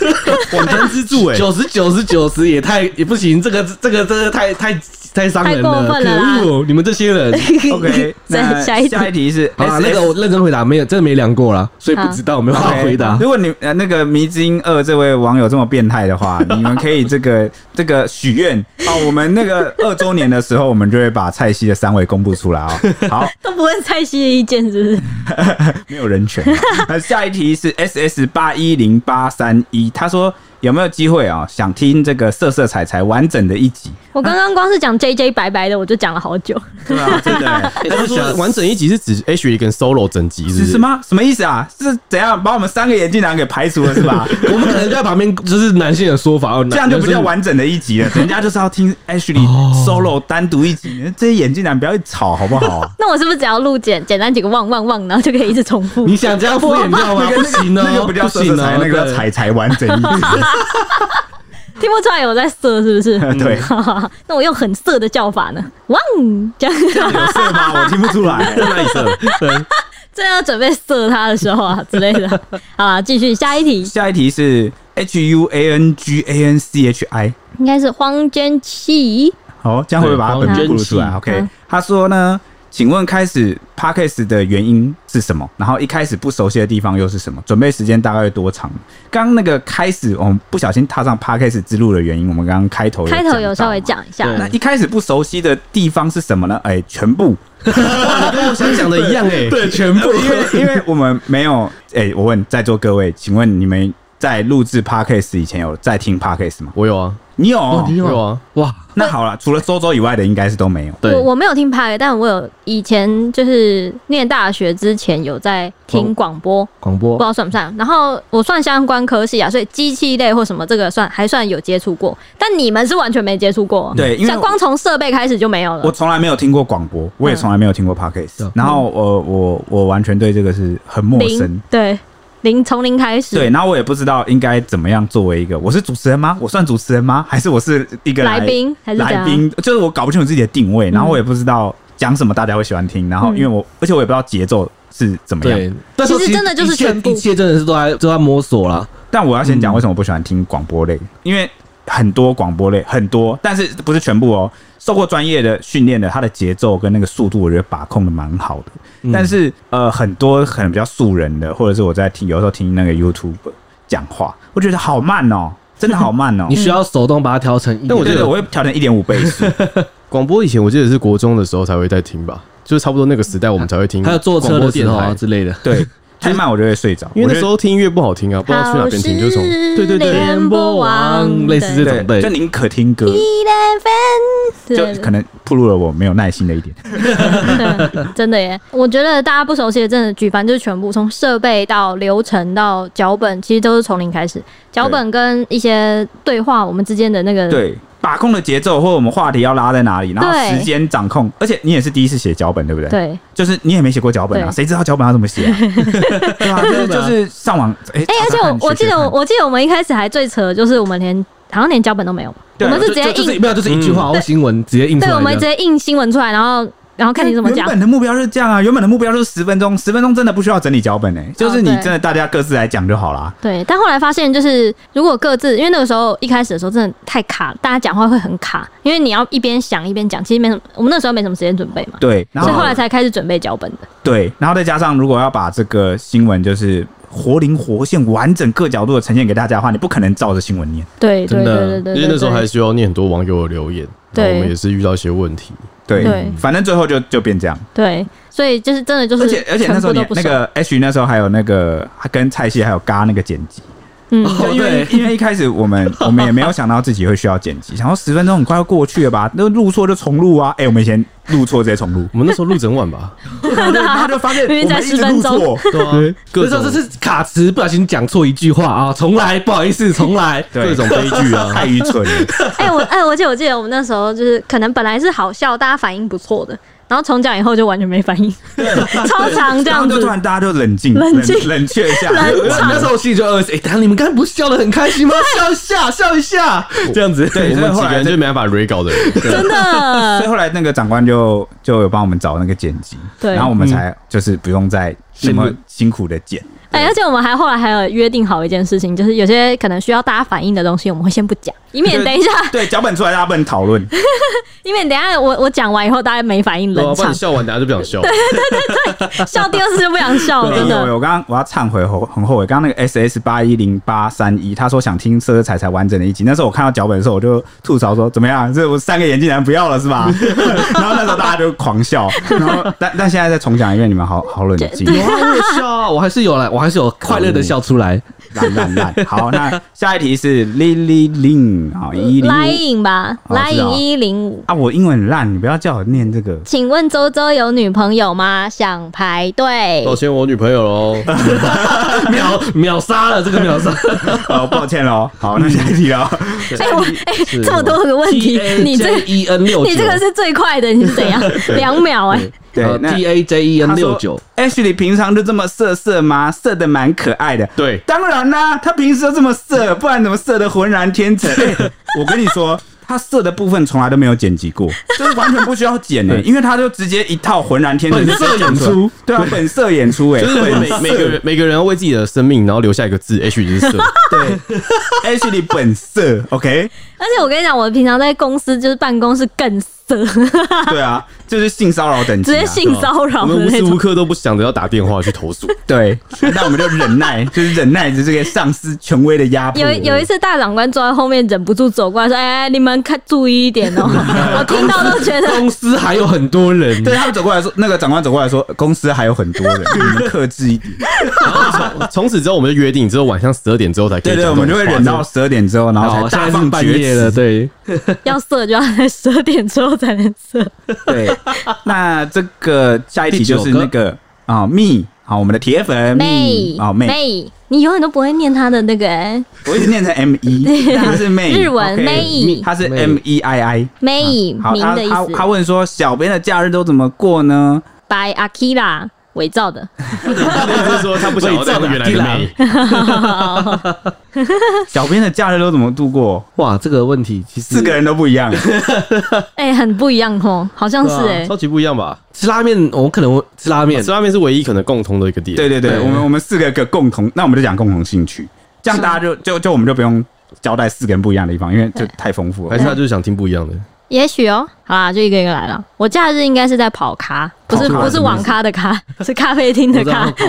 网坛支柱哎，
九十九十九十也太也不行，这个这个这个太太太伤人
太过
了，
分
可
了啦
恶！你们这
[laughs]
些人
[laughs]
OK，那
[laughs] 再下一题
下一题是
好啦，
S
那个我认真回答，没有真的没量过啦，所以不知道，没办法
OK，
回答。
如果你呃那个迷之音二这位网友这么变态的 [laughs] 话，你们可以这个这个许愿啊，我们那个二周年的时候，我们就会把蔡西的三围公布出来 [laughs] 啊、哦。好，
都不问蔡西的意见，是不
嗯
是？
没有人权。那下一题是 S S 八一零八三一，他说有没有机会啊、想听这个色色彩彩完整的一集？
我刚刚光是讲 J J 白白的，我就讲了好久。
[laughs] 对啊，真的。
哎他说完整一集是指 H 跟 solo 整集，是
[laughs]
不
是
是
什？么什么意思啊？是怎样把我们三个眼镜男给排除了是吧？
我们可能在旁边就是男性的说法，哦
[laughs] 这样就不叫。
男
完整的一集了，人家就是要听 Ashley
哦
solo 单独一集。这些眼镜男不要一吵好不好
[laughs]
啊？
[laughs] 那我是不是只要录简简单几个旺旺旺，然后就可以一直重复
生？你想这样敷衍掉吗？
那
不
个
行哦，
那个不叫色
行
色
哦
彩，那个叫
对
彩彩完整一集。 [laughs]
听不出来有在色是不是？
对
[laughs] 那我用很色的叫法呢？汪，这样 [laughs]
有色吗？我听不出
[laughs]
来。
在哪里设？
正要准备射他的时候啊之类的。好啦，继续下一题，
下一题是 H U A N G A N C H I。
应该是荒间气。
好，这样会不会把它本名
对
暴露出来
黄
？OK，
嗯
他说呢，请问开始 Podcast 的原因是什么？然后一开始不熟悉的地方又是什么？准备时间大概有多长？刚刚那个开始，我们不小心踏上 Podcast 之路的原因，我们刚刚开头
开头有
到
稍微
嘛。
讲一下，
对
那一开始不熟悉的地方是什么呢？哎、全部，
哇你跟我想讲的一样哎，对，全部
因为因为我们没有哎、我问在座各位，请问你们在录制 podcast 以前有在听 podcast 吗？
[laughs] 我有啊，
你有？
哦，你
我有
有
啊，
哇，
那好了，除了周周以外的，应该是都没有。
对
我，我没有听 p a 但我有以前就是念大学之前有在听广播，
广
不
播
知道算不算。然后我算相关科系啊，所以机器类或什么这个算还算有接触过，但你们是完全没接触过，哦
对因为
像光从设备开始就没有
我
了。
从来没有听过广播，
嗯
我也从来没有听过 podcast、
嗯
然后我我我完全对这个是很陌生
零。对零从零开始，
对，然后我也不知道应该怎么样作为一个，我是主持人吗？我算主持人吗？还是我是一个
来宾还是怎
来
样？嗯
宾？就是我搞不清楚自己的定位，然后我也不知道讲什么大家会喜欢听，然后因为我，而且我也不知道节奏是怎么样。
对，但是
其实真的就是
一切
全部
一切真的是都在都在摸索啦。
但我要先讲
嗯
为什么我不喜欢听广播类，因为很多广播类很多，但是不是全部哦。受过专业的训练的，它的节奏跟那个速度，我觉得把控的蛮好的。
嗯。
但是呃，很多可能比较素人的，或者是我在听，有时候听那个 YouTube 讲话，我觉得好慢哦，真的好慢哦
[laughs]
你需要手动把它调成一，
但我
对
觉
对，
得
我会调成一点五倍
[laughs]
速。
广播以前我记得是国中的时候才会在听吧，就是差不多那个时代我们才会听。
还有坐车的
电
时候啊
台，
之类的。
对，太慢我就会睡着。
因
我
为
觉
那时
得
候听音乐不好听啊，不知道去哪边听，就从对对对，
联播网
类似这种
对，
对
就宁可听歌，
对
就可能暴露了我没有耐心的一点。
对 [laughs] 真的耶！我觉得大家不熟悉的，真的举凡就是全部，从设备到流程到脚本，其实都是从零开始。脚本跟一些对话，我们之间的那个
对，把控的节奏或者我们话题要拉在哪里，然后
嗯对
时间掌控。而且你也是第一次写脚本，对不对？，
对
就是你也没写过脚本啊，
对
谁知道脚本要怎么写 [laughs] 啊？对啊，就是就是上网哎，
哎、而且
查查看
我我记
学学
得我
看
我记得我们一开始还最扯，的就是我们连好像连脚本都没有，我
对啊
们是直接
就就是
印，
没有，就是一句话，
对
或新闻直接印出来
对，
这
我
样。
们直接印新闻出来，然后然后看你怎么
哎原
讲。
本的目标就是这样啊，原本的目标就是十分钟，十分钟真的不需要整理脚本哎、就是你
哦对
真的大家各自来讲就好啦。
对，但后来发现，就是如果各自，因为那个时候一开始的时候真的太卡，大家讲话会很卡，因为你要一边想一边讲，其实没什么，我们那时候没什么时间准备嘛，
对，然
所以后
后
来才开始准备脚本的。
对，然后再加上如果要把这个新闻就是活灵活现、完整各角度的呈现给大家的话，你不可能照着新闻念。
对对
真的
对对对，
因为那时候
对
还需要念很多网友的留言，然后
对
我们也是遇到一些问题。
对，
对
反正最后就就变这样。
对，所以就是真的就是，
而且而且那时候
都
你
不
那
熟
个 H 那时候还有那个他跟蔡西还有嘎那个剪辑，
嗯，
哦
因为 [laughs] 因为一开始我
[laughs]，
们我们也没有想到自己会需要剪辑，想说十分钟很快要过去了吧，那录错就重录啊。哎、我们以前录错直接重录
[laughs]
我们那时候录整 [laughs] 晚吧，
然后就发现
明明
我
才
们一直
10
录
分钟 [laughs]
错。
对啊，各
那时
种
候就是卡词，不小心讲错一句话啊，重来，不好意思，重来。
对
各
[laughs]
种悲剧啊，
太
[laughs]
愚蠢了，
哎、我哎、我记得我记得我们那时候就是可能本来是好笑，大家反应不错的，然后重讲以后就完全没反应， [laughs] 超长这
然后
样
就
子
突。然大家就冷静，
冷静
冷却一下，
冷
我那时候心里就二十，哎、等下你们刚才不是笑得很
[laughs]
开心吗？笑一下，笑一下，
这样子。对，
哎
我
所以
们
后
[laughs]
几个
来
人
就
就没办法 re 稿的人，对
真
[laughs] 所以
的，
后来那个长官就就有帮我们找那个剪辑，
对
然后我
嗯
们才就是不用再那么辛苦的剪，
哎、而且我们还后来还有约定好一件事情，就是有些可能需要大家反应的东西，我们会先不讲，以免等一下，
对，脚本出来大家不能讨论，
以免等一下我我讲完以后大家没反应，
啊
冷
不然
场
你，笑完，大家就不想笑。
笑第二次就不想笑了，
对，啊
哦真
有
的。
有，我刚刚我要忏悔，后很后悔。刚刚那个 S S 八一零八三一，他说想听色彩才完整的一集。那时候我看到脚本的时候，我就吐槽说：“怎么样？这我三个眼镜男不要了是吧？” [laughs] 然后那时候大家就狂笑。然后但但现在再重讲一遍，你们好好冷静，
有啊，我有笑啊，我还是有了，我还是有快乐的笑出来。
烂烂烂。好，那下一题是 Lily Lin 啊一零
Lying 吧
哦是
，Lying
哦
一零五。
啊，我英文很烂，你不要叫我念这
[laughs]
个。
请问周周有女朋友吗？想排队。
抱歉，我女朋友喽。
秒秒杀了，这个秒杀。
哦，抱歉喽。好，那下一题
[laughs]
喽。
哎、我哎、这么多个 [laughs] 问题
T，A
你这
J E N 六
[laughs]
九，
你这个是最快的，你是怎样？两秒哎、
对，那
T A J E
他
N
说
六九，
Ashley 平常就这么色色吗？色的蛮可爱的。
对
当然啦、他平时都这么色，不然怎么色的浑然天成？欸嗯我跟你说。他色的部分从来都没有剪辑过，就是完全不需要剪的、
对
因为他就直接一套浑然天成，
本色
就直接
演
剪出来
出，
对啊，本色演出、欸，哎，
就是每每个人每个人要为自己的生命，然后留下一个字 H 就
[laughs]
是色。
[laughs] 对 Ashley 本色，OK，
而且我跟你讲，我平常在公司就是办公室更色， [laughs]
对啊，就是性骚扰等级、
直
啊，
接性骚扰
啊我
的
们无
那
时无
种。
刻都不想着要打电话去投诉。
对，那我们就忍耐，就是忍耐着这个上司权威的压迫。
有一有一次，大长官坐在后面，忍不住走过来说：“哎、你们看注意一点哦、我听到都觉得
公司还有很多人，
对他们走过来说，那个长官走过来说，公司还有很多人，你们克制一点。
[laughs] 从此之后，我们就约定，只有晚上十二点之后才可以
[laughs] 对对，
讲这
我
种
们就会
话
忍到十二点之后，然后
好，
才
哦现
大
在
放
是半
厥
夜了，
词。
对，
要色就要在十二点之后才能色。
[laughs] 对，那这个下一题就是那个啊蜜，好，我们的铁粉蜜
妹
啊妹，
妹，你永远都不会念他的那个、哎
我一直念成 M
[laughs]
E，但它是妹，
日文
OK，
妹
它是 M E I I。
妹名
好，他
的意
他他
思
问说，小编的假日都怎么过
[laughs]
呢？
，by Akira 伪造的。
就是说他不想要当原来的妹，
小编的假日都怎么度过？
哇，这个问题其实
四个人都不一样。
哎、很不一样哦，好像是哎、
超级不一样吧？
吃拉面，我可能会吃拉面
吃，拉面是唯一可能共通的一个点。
对对对，
对
我们我们四个个共同，那我们就讲共同兴趣，这样大家就就就我们就不用交代四个人不一样的地方，因为这太丰富
还
了。
是他就是想听不一样的。
也许哦。好啦，就一个一个来了。我假日应该是在跑咖，不是
跑咖
不是网咖的
[laughs]
咖，是咖啡厅
我
的
知道
咖。[laughs]
跑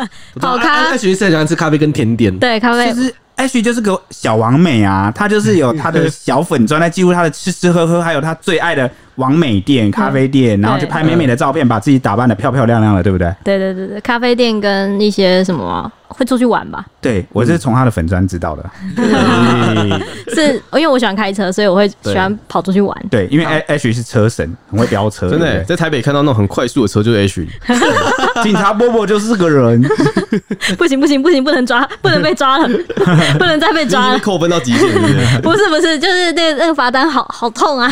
咖，
跑咖
那哎学生喜欢吃咖啡跟甜点，
对，咖啡
其实 H 就是个小王美啊，她就是有她的小粉砖在记录她的吃吃喝喝，还有她最爱的王美店、咖啡店，然后去拍美美的照片，把自己打扮的漂漂亮亮的，对不
嗯
对？
对对对对，咖啡店跟一些什么会出去玩吧？
对，我是从她的粉砖知道的。
嗯
是 [laughs] 因为我喜欢开车，所以我会喜欢跑出去玩。
对，因为 H 是车神，很会飙车，
真的
对
欸，
不对
在台北看到那种很快速的车就是 H，
警察波波就是个
[laughs]
人。
不行不行不行，不能抓，
[laughs]
不能被抓了， [laughs] 不能再被 [laughs] 抓了。
扣分到极限是不是
不是不是，就是那个那个罚单好好痛
[laughs]
啊，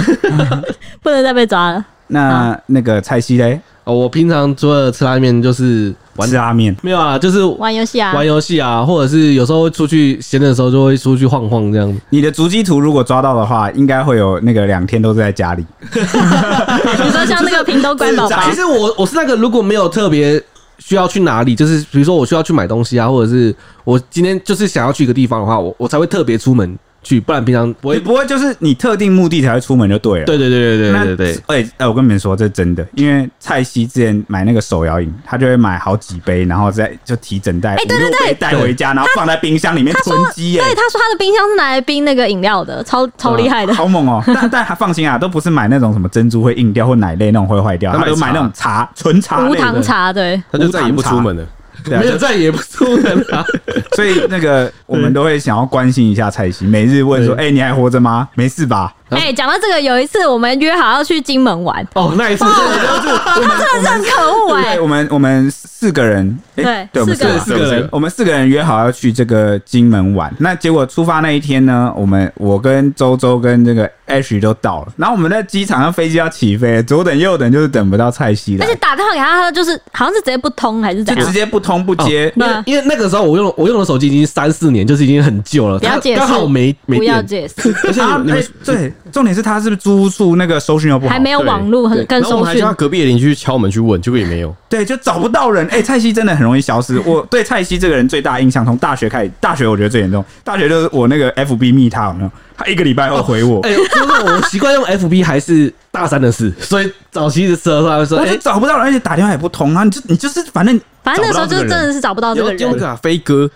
不能再被抓了。
啊
那那个蔡西嘞，
哦，我平常除了吃拉面就是玩
吃，拉面。
没有啊，就是
玩游戏啊，
玩游戏啊，或者是有时候会出去闲的时候就会出去晃晃这样子。
你的足迹图如果抓到的话，应该会有那个两天都是在家里。
你说像那个屏东关宝
啊
宝
其，实我我是那个如果没有特别需要去哪里，就是比如说我需要去买东西啊，或者是我今天就是想要去一个地方的话，我我才会特别出门去，不然平常不
你
会。
不会就是你特定目的才会出门就对了。
对对对对
那。
对对对，
哎、哎我跟你们说，这是真的，因为蔡西之前买那个手摇饮，他就会买好几杯，然后再就提整袋五
哎对
六杯带回家，然后放在冰箱里面囤积哎耶、
对，他说他的冰箱是拿来冰那个饮料的，超超
啊
厉害的。
好猛哦、但但还放心啊，都不是买那种什么珍珠会硬掉或奶类那种会坏掉，
他
他
买
都买那种茶纯茶类
无
的
糖茶，对，
他就再也不出门
[laughs]
了。
对啊
没有再也不出门了、
[laughs]
所以那个我们都会想要关心一下蔡西，每日问说：“哎、你还活着吗？没事吧？
然后
哎，讲到这个，有一次我们约好要去金门玩，
哦，那一次
真的是很可恶哎
对，。我们我们四个人，诶
对
对，我们
四个人
四个
四个人
人，我们四个人约好要去这个金门玩。那结果出发那一天呢，我们我跟周周跟这个 Ash 都到了，然后我们在机场上飞机要起飞，左等右等就是等不到蔡西来
而且，打电话给他，他就是好像是直接不通还是怎
就直
样？
接不通不
哦
接。
因为因为哦那个时候我用我用的手机已经三四年，就是已经很旧了，
不要
它
解释
刚好没没
不要解
电，
释，
而且
啊
然后
你们
哎，对，重点是他是不是租宿那个收讯又不好，
还没有
对
网络
对
跟
然后
搜
我们还
讯
叫。他隔壁的邻居敲门去问，结果也没有。
对，就找不到人。哎、蔡西真的很容易消失。我对蔡西这个人最大印象，从大学开始，大学我觉得最严重。大学就是我那个 FB 密他有没有？他一个礼拜后回我，
哎，就是我习惯用 FB 还是大三的事，所以早期的时候他会说，
我
哎
就，找不到人，而且打电话也不通啊。你就你就是反正
反正那时候就是
找不
真
到这个人
的是找不到这个
然后用那
人，
个啊飞哥，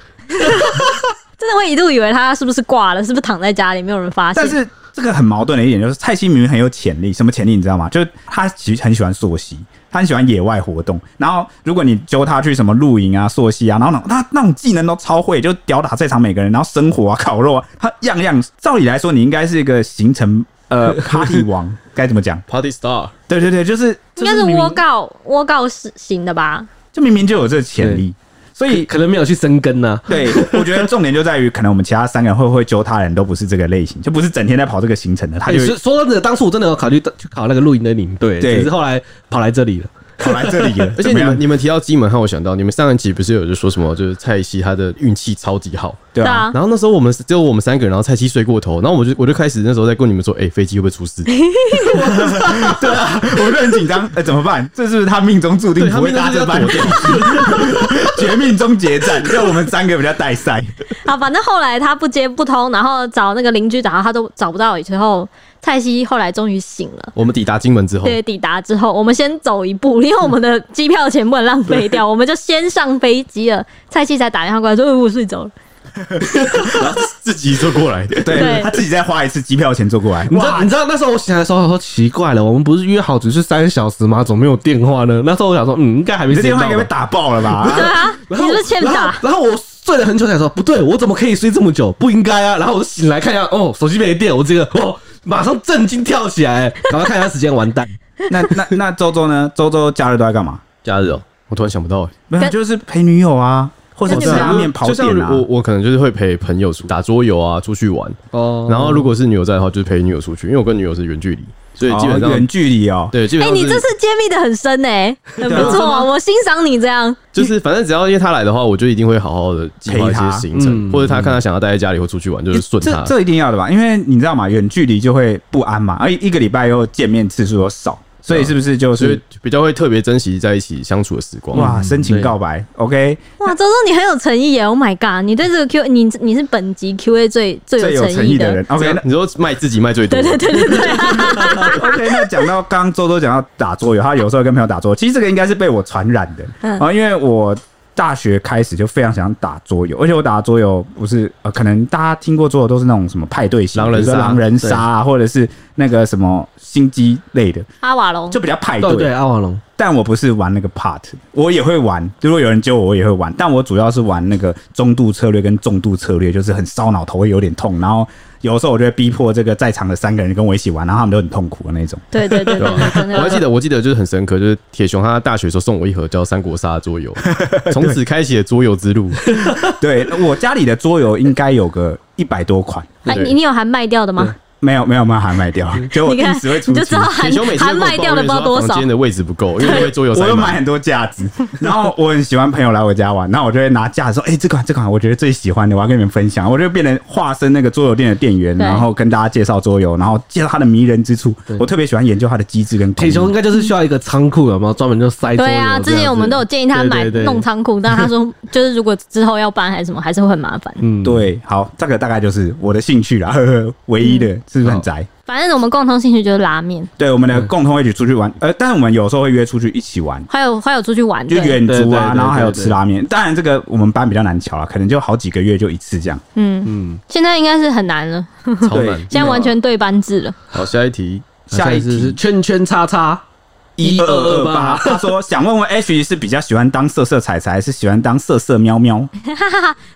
真的会一度以为他是不是挂了，是不是躺在家里没有人发现
[laughs] 但？是这个很矛盾的一点就是，蔡西明明很有潜力，什么潜力你知道吗？就是他其实很喜欢溯溪，他很喜欢野外活动。然后如果你揪他去什么露营啊、溯溪啊，然后那他那种技能都超会，就吊打在场每个人，然后生火啊、烤肉啊，他样样。照理来说，你应该是一个行程
[laughs]
呃 party 王，该怎么讲？
Party Star，
对对对，就是
应该是
就明明
窝告窝告是型的吧？
就明明就有这潜力，所以
可能没有去啊生根呢，
[laughs]
对，我觉得重点就在于，可能我们其他三个人会不会揪他的人都不是这个类型，就不是整天在跑这个行程的，他
哎，
就
说说真的，当初我真的有考虑到去考那个露营的领队，
对
只是后来跑来这里了。
跑来这里了。
[laughs] 而且
怎么
你
样
们你们提到金门，让我想到你们上一集不是有就说什么，就是蔡西他的运气超级好。
对啊，
啊，
然后那时候我们只有我们三个人，然后蔡西睡过头，然后我就我就开始那时候在跟你们说，哎、飞机会不会出事？
对啊， [laughs] 我就很紧张，哎，怎么办？这是不是他命中注定
对他
不会搭这班
命中注定
[laughs] 绝命终结战，让我们三个比较带赛。
好，反正后来他不接不通，然后找那个邻居找他都找不到，以后蔡西后来终于醒了。
[laughs] 我们抵达金门之后，
对，抵达之后，我们先走一步，因为我们的机票钱不能浪费掉，我们就先上飞机了。蔡西才打电话过来说：“哎我睡着了。
然后自己坐过来的。
对
对
他自己再花一次机票钱坐过来，
你知道，你知道那时候我醒来的时候，我说奇怪了，我们不是约好只是三小时吗？怎么没有电话呢？那时候我想说，嗯，应该还没
你这
时间
电
到
话应该被
吧。
打爆了吧？
对啊，你
然后
是不是欠
然
打
后？然后我睡了很久才说，不对，我怎么可以睡这么久？不应该啊！然后我就醒来看一下，哦，手机没电，我这个哦，马上震惊跳起来，赶快看一下时间，完蛋。
那那那周周呢？周周假日都在干嘛？
假日哦，我突然想不到、哎
没有，
跟
就是陪女友啊，或者
跟
去
女友
拉面跑
就像
点啊
我。我可能就是会陪朋友出打桌游啊，出去玩。
[laughs] 哦
然后如果是女友在的话，就是陪女友出去，因为我跟女友是远距离，所以基本
哦
上、
远距离哦，
对基
哎、
本上
你这次揭秘的很深哎、很
对
不
啊
错、我欣赏你这样。
就是反正只要因为她来的话，我就一定会好好的计划一些行
陪
程，
她嗯
或者她看她想要待在家里或出去玩，就是顺
这
她。
这一定要的吧？因为你知道嘛，远距离就会不安嘛，而一个礼拜又见面次数又少，所以是不是就
啊所以嗯
是
比较会特别珍惜在一起相处的时光。
哇深情
对
告白？OK，
哇，周周你很有诚意耶！Oh my god，你对这个 Q，你你是本集 Q A 最最
最有
诚
诚意
的
的人。
这
OK，
样
那
你说卖自己卖最多，
对对对对对，
OK，那讲到刚刚周周讲到打桌游，他有时候跟朋友打桌游，其实这个应该是被我传染的
嗯
啊、因为我大学开始就非常想打桌游，而且我打桌游不是呃，可能大家听过桌游都是那种什么派对型，
狼人
比如说
杀
狼人杀啊，或者是那个什么心机类的，
哦
阿瓦隆
就比较派
对
对。
啊
对，阿瓦隆，
但我不是玩那个 part，我也会玩。如果有人揪我，我也会玩。但我主要是玩那个中度策略跟重度策略，就是很烧脑，头会有点痛。然后有时候我就会逼迫这个在场的三个人跟我一起玩，然后他们都很痛苦的那种。
对对对对对，真的。
我还记得，我记得就是很深刻，就是铁熊他大学的时候送我一盒叫《三国杀》的桌 [laughs] 游，从此开启了桌游之路。
对我家里的桌游应该有个一百多款，
哎、你你有还卖掉的吗？
没有没有，没有还卖掉，就我
你看
定时会出
嗯你就知
去
道。 [laughs] 含
铁熊每次
含
都跟我
卖掉的不知道
抱
多
怨说他
少
房。间的位置不够，因为因为桌游
[laughs] 我
塞
有买
满。
很多架子，然后我很喜欢朋友来我家玩，然后我就会拿架子说：“哎、这款这款我觉得最喜欢的，我要跟你们分享。”我就变成化身那个桌游店的店员，
对
然后跟大家介绍桌游，然后介绍它的迷人之处。我特别喜欢研究它的机制跟功
铁
能
熊应该就是需要一个仓库，有没有专门就塞桌游
对
这样
啊，
子？
之前我们都有建议他买
对对对
弄仓库，但他
[laughs]
说就是如果之后要搬还是什么，还是会很麻烦。
嗯，
对，好，这个大概就是我的兴趣啦， [laughs] 呵呵，唯一的
嗯
是不是很
好
宅？
反正我们共同兴趣就是拉面，
对，我们
嗯
的共同会一起出去玩，呃，但是我们有时候会约出去一起玩，
还有还有出去玩，
就
对，
远足啊，
对对对
然后还有
对对
吃拉面。当然，这个我们班比较难瞧了，可能就好几个月就一次这样。
嗯，
嗯，
现在应该是很难了，
超
对
难。
啊
现在完全对班制了。
好，下一题，
下一
次是
题
圈圈叉叉，
一二二八，
12228
他说想问问 H 是比较喜欢当色色彩彩，还是喜欢当色色喵喵？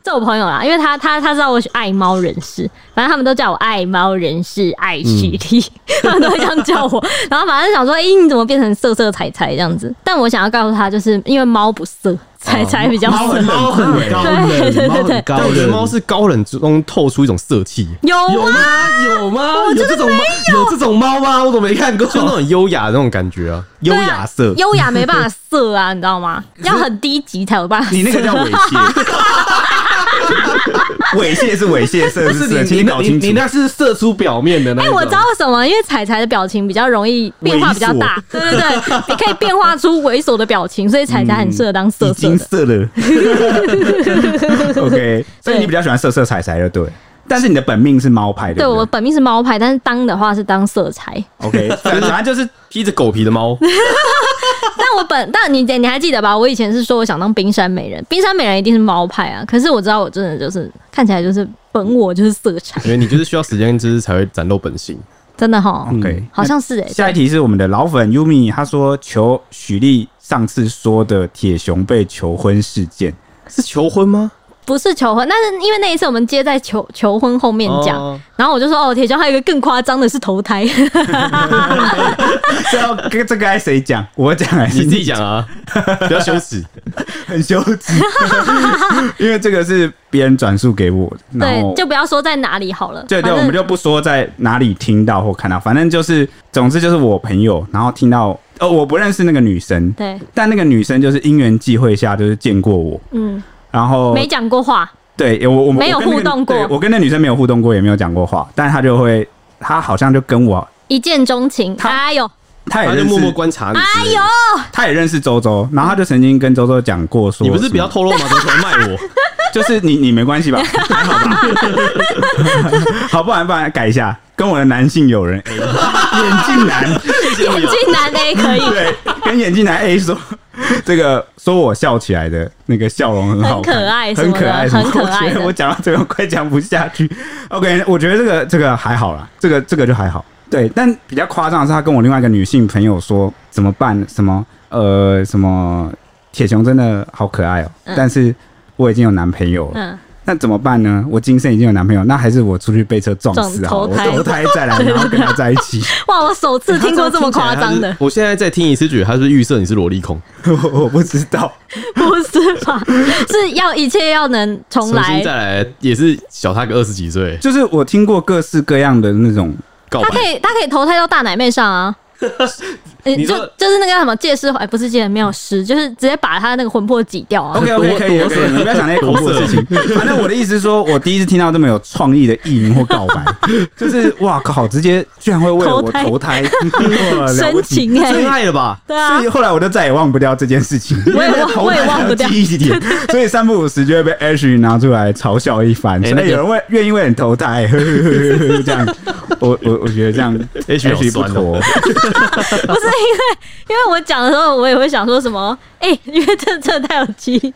这我朋友啦，因为他他他知道我是爱猫人士，反正他们都叫我爱猫人士、爱蓄力，[laughs]
嗯
他们都会这样叫
[laughs]
我。然后反正想说，哎、你怎么变成色色彩彩这样子？但我想要告诉他，就是因为猫不色，彩彩比较
啊哦
色。
猫很猫很高冷，猫很高
但我觉
冷，
得猫是高冷中透出一种色气，
有
有
啊，
吗？有吗？有这种猫有这种猫吗？我怎么没看过？
就那种优雅的那种感觉啊，
优雅色，
优雅没办法色啊，你知
[laughs]
道吗？要很低级才有办法色。
你那个叫猥亵，猥亵是猥亵，色
不
是
是
色，
你
请
你
搞
那你
清楚
你。那是射出表面的那
哎、
一种。
我知道为什么，因为彩彩的表情比较容易变化比较大，对
[laughs]
对对，你可以变化出猥琐的表情，所以彩彩很适合当色
已
色
经
的。
色了。OK，所以你比较喜欢色色彩彩就对了，但是你的本命是猫派的。
对我本命是猫派，但是当的话是当色彩。 [laughs]
OK，反反正就是
披着狗皮的猫，
但我本但你你还记得吧？我以前是说我想当冰山美人，冰山美人一定是猫派啊。可是我知道我真的就是看起来就是本我就是色彩，
因为你就是需要时间之才会展露本性。
真的哈，
嗯 OK。
好像是哎、
下一题是我们的老粉 Yumi，他说求许丽上次说的铁熊被求婚事件， [laughs]
是求婚吗？
不是求婚，但是因为那一次我们接在求求婚后面讲，
哦
然后我就说哦，铁锹还有一个更夸张的是
[laughs]
投胎，
这要跟这个该谁讲？我讲还
你
是
自己讲啊，不要羞耻。
很羞
[laughs]
耻，因为这个是别人转述给我的，然后
对，就不要说在哪里好了，
对对，
反正
我们就不说在哪里听到或看到，反正就是，总之就是我朋友，然后听到，呃，我不认识那个女生，
对，
但那个女生就是因缘际会下就是见过我，
嗯，
然后
没讲过话，
对我我
没有
我跟那个
互动过
对我跟那女生没有互动过，也没有讲过话，但她就会，她好像就跟我，
一见钟情，
他
哎呦，
她也
他
认
就
识，
默默观察你。哎呦，
她也认识周周，然后她就曾经跟周周讲过说，
你不是不要
什
透露吗？怎么可能卖我？
么，就是你你没关
[laughs]
系吧，还好吧， [laughs] 好，不然不然改一下，跟我的男性友人
哎
A，眼 [laughs] 镜男。
眼镜男 A 哎可以，
[laughs] 对，跟眼镜男 A 说，这个说我笑起来的那个笑容很好看，
很可爱
很可爱，
什么的
什么
很可爱
我觉
的
得我讲到这边快讲不下去。OK，我觉得这个这个还好啦，这个这个就还好。对，但比较夸张的是，他跟我另外一个女性朋友说怎么办？什么呃什么铁熊真的好可爱哦、
嗯
但是我已经有男朋友了，
嗯，
那怎么办呢？我今生已经有男朋友，那还是我出去被车撞
撞
死好了，
投胎
我投胎再来，然后跟他在一起。 [laughs]
哇，我首次 [laughs] 听过这么夸张
他
的
是，我现在再听一次，觉得他是预设你是萝莉控，
我我不知道。
不是吧？ [laughs] 是要一切要能重
重
来
新，再来也是小他个二十几岁，
就是我听过各式各样的那种，
告
他可
白。
以他可以投胎到大奶妹上
[laughs]
啊。你
你
就
说
就是那个什么借尸还，哎，不是借庙师，就是直接把他那个魂魄挤掉啊。
OK
多
OK 可以
多
可以，你不要想那些恐怖的事情。 [laughs] 反正我的意思是说，我第一次听到这么有创意的意淫或告
[laughs]
白，就是哇靠，直接居然会为了我投
投
胎，哇呃了不
深
起。
情哎、
太爱了吧？
对啊
所以，后来我就再也忘不掉这件事情，
我也忘
投胎
我也忘
[laughs]
不掉
还有记忆点，所以三不五时就会被 Ash 拿出来嘲笑一番，
哎
所
那
以
个
有人为愿意为你投胎，呵呵呵呵这样，我我我觉得这样
Ash 好
Ash 不
酸哦
妥，
不是因为因为我讲的时候，我也会想说什么，哎、因为这这太有记忆点，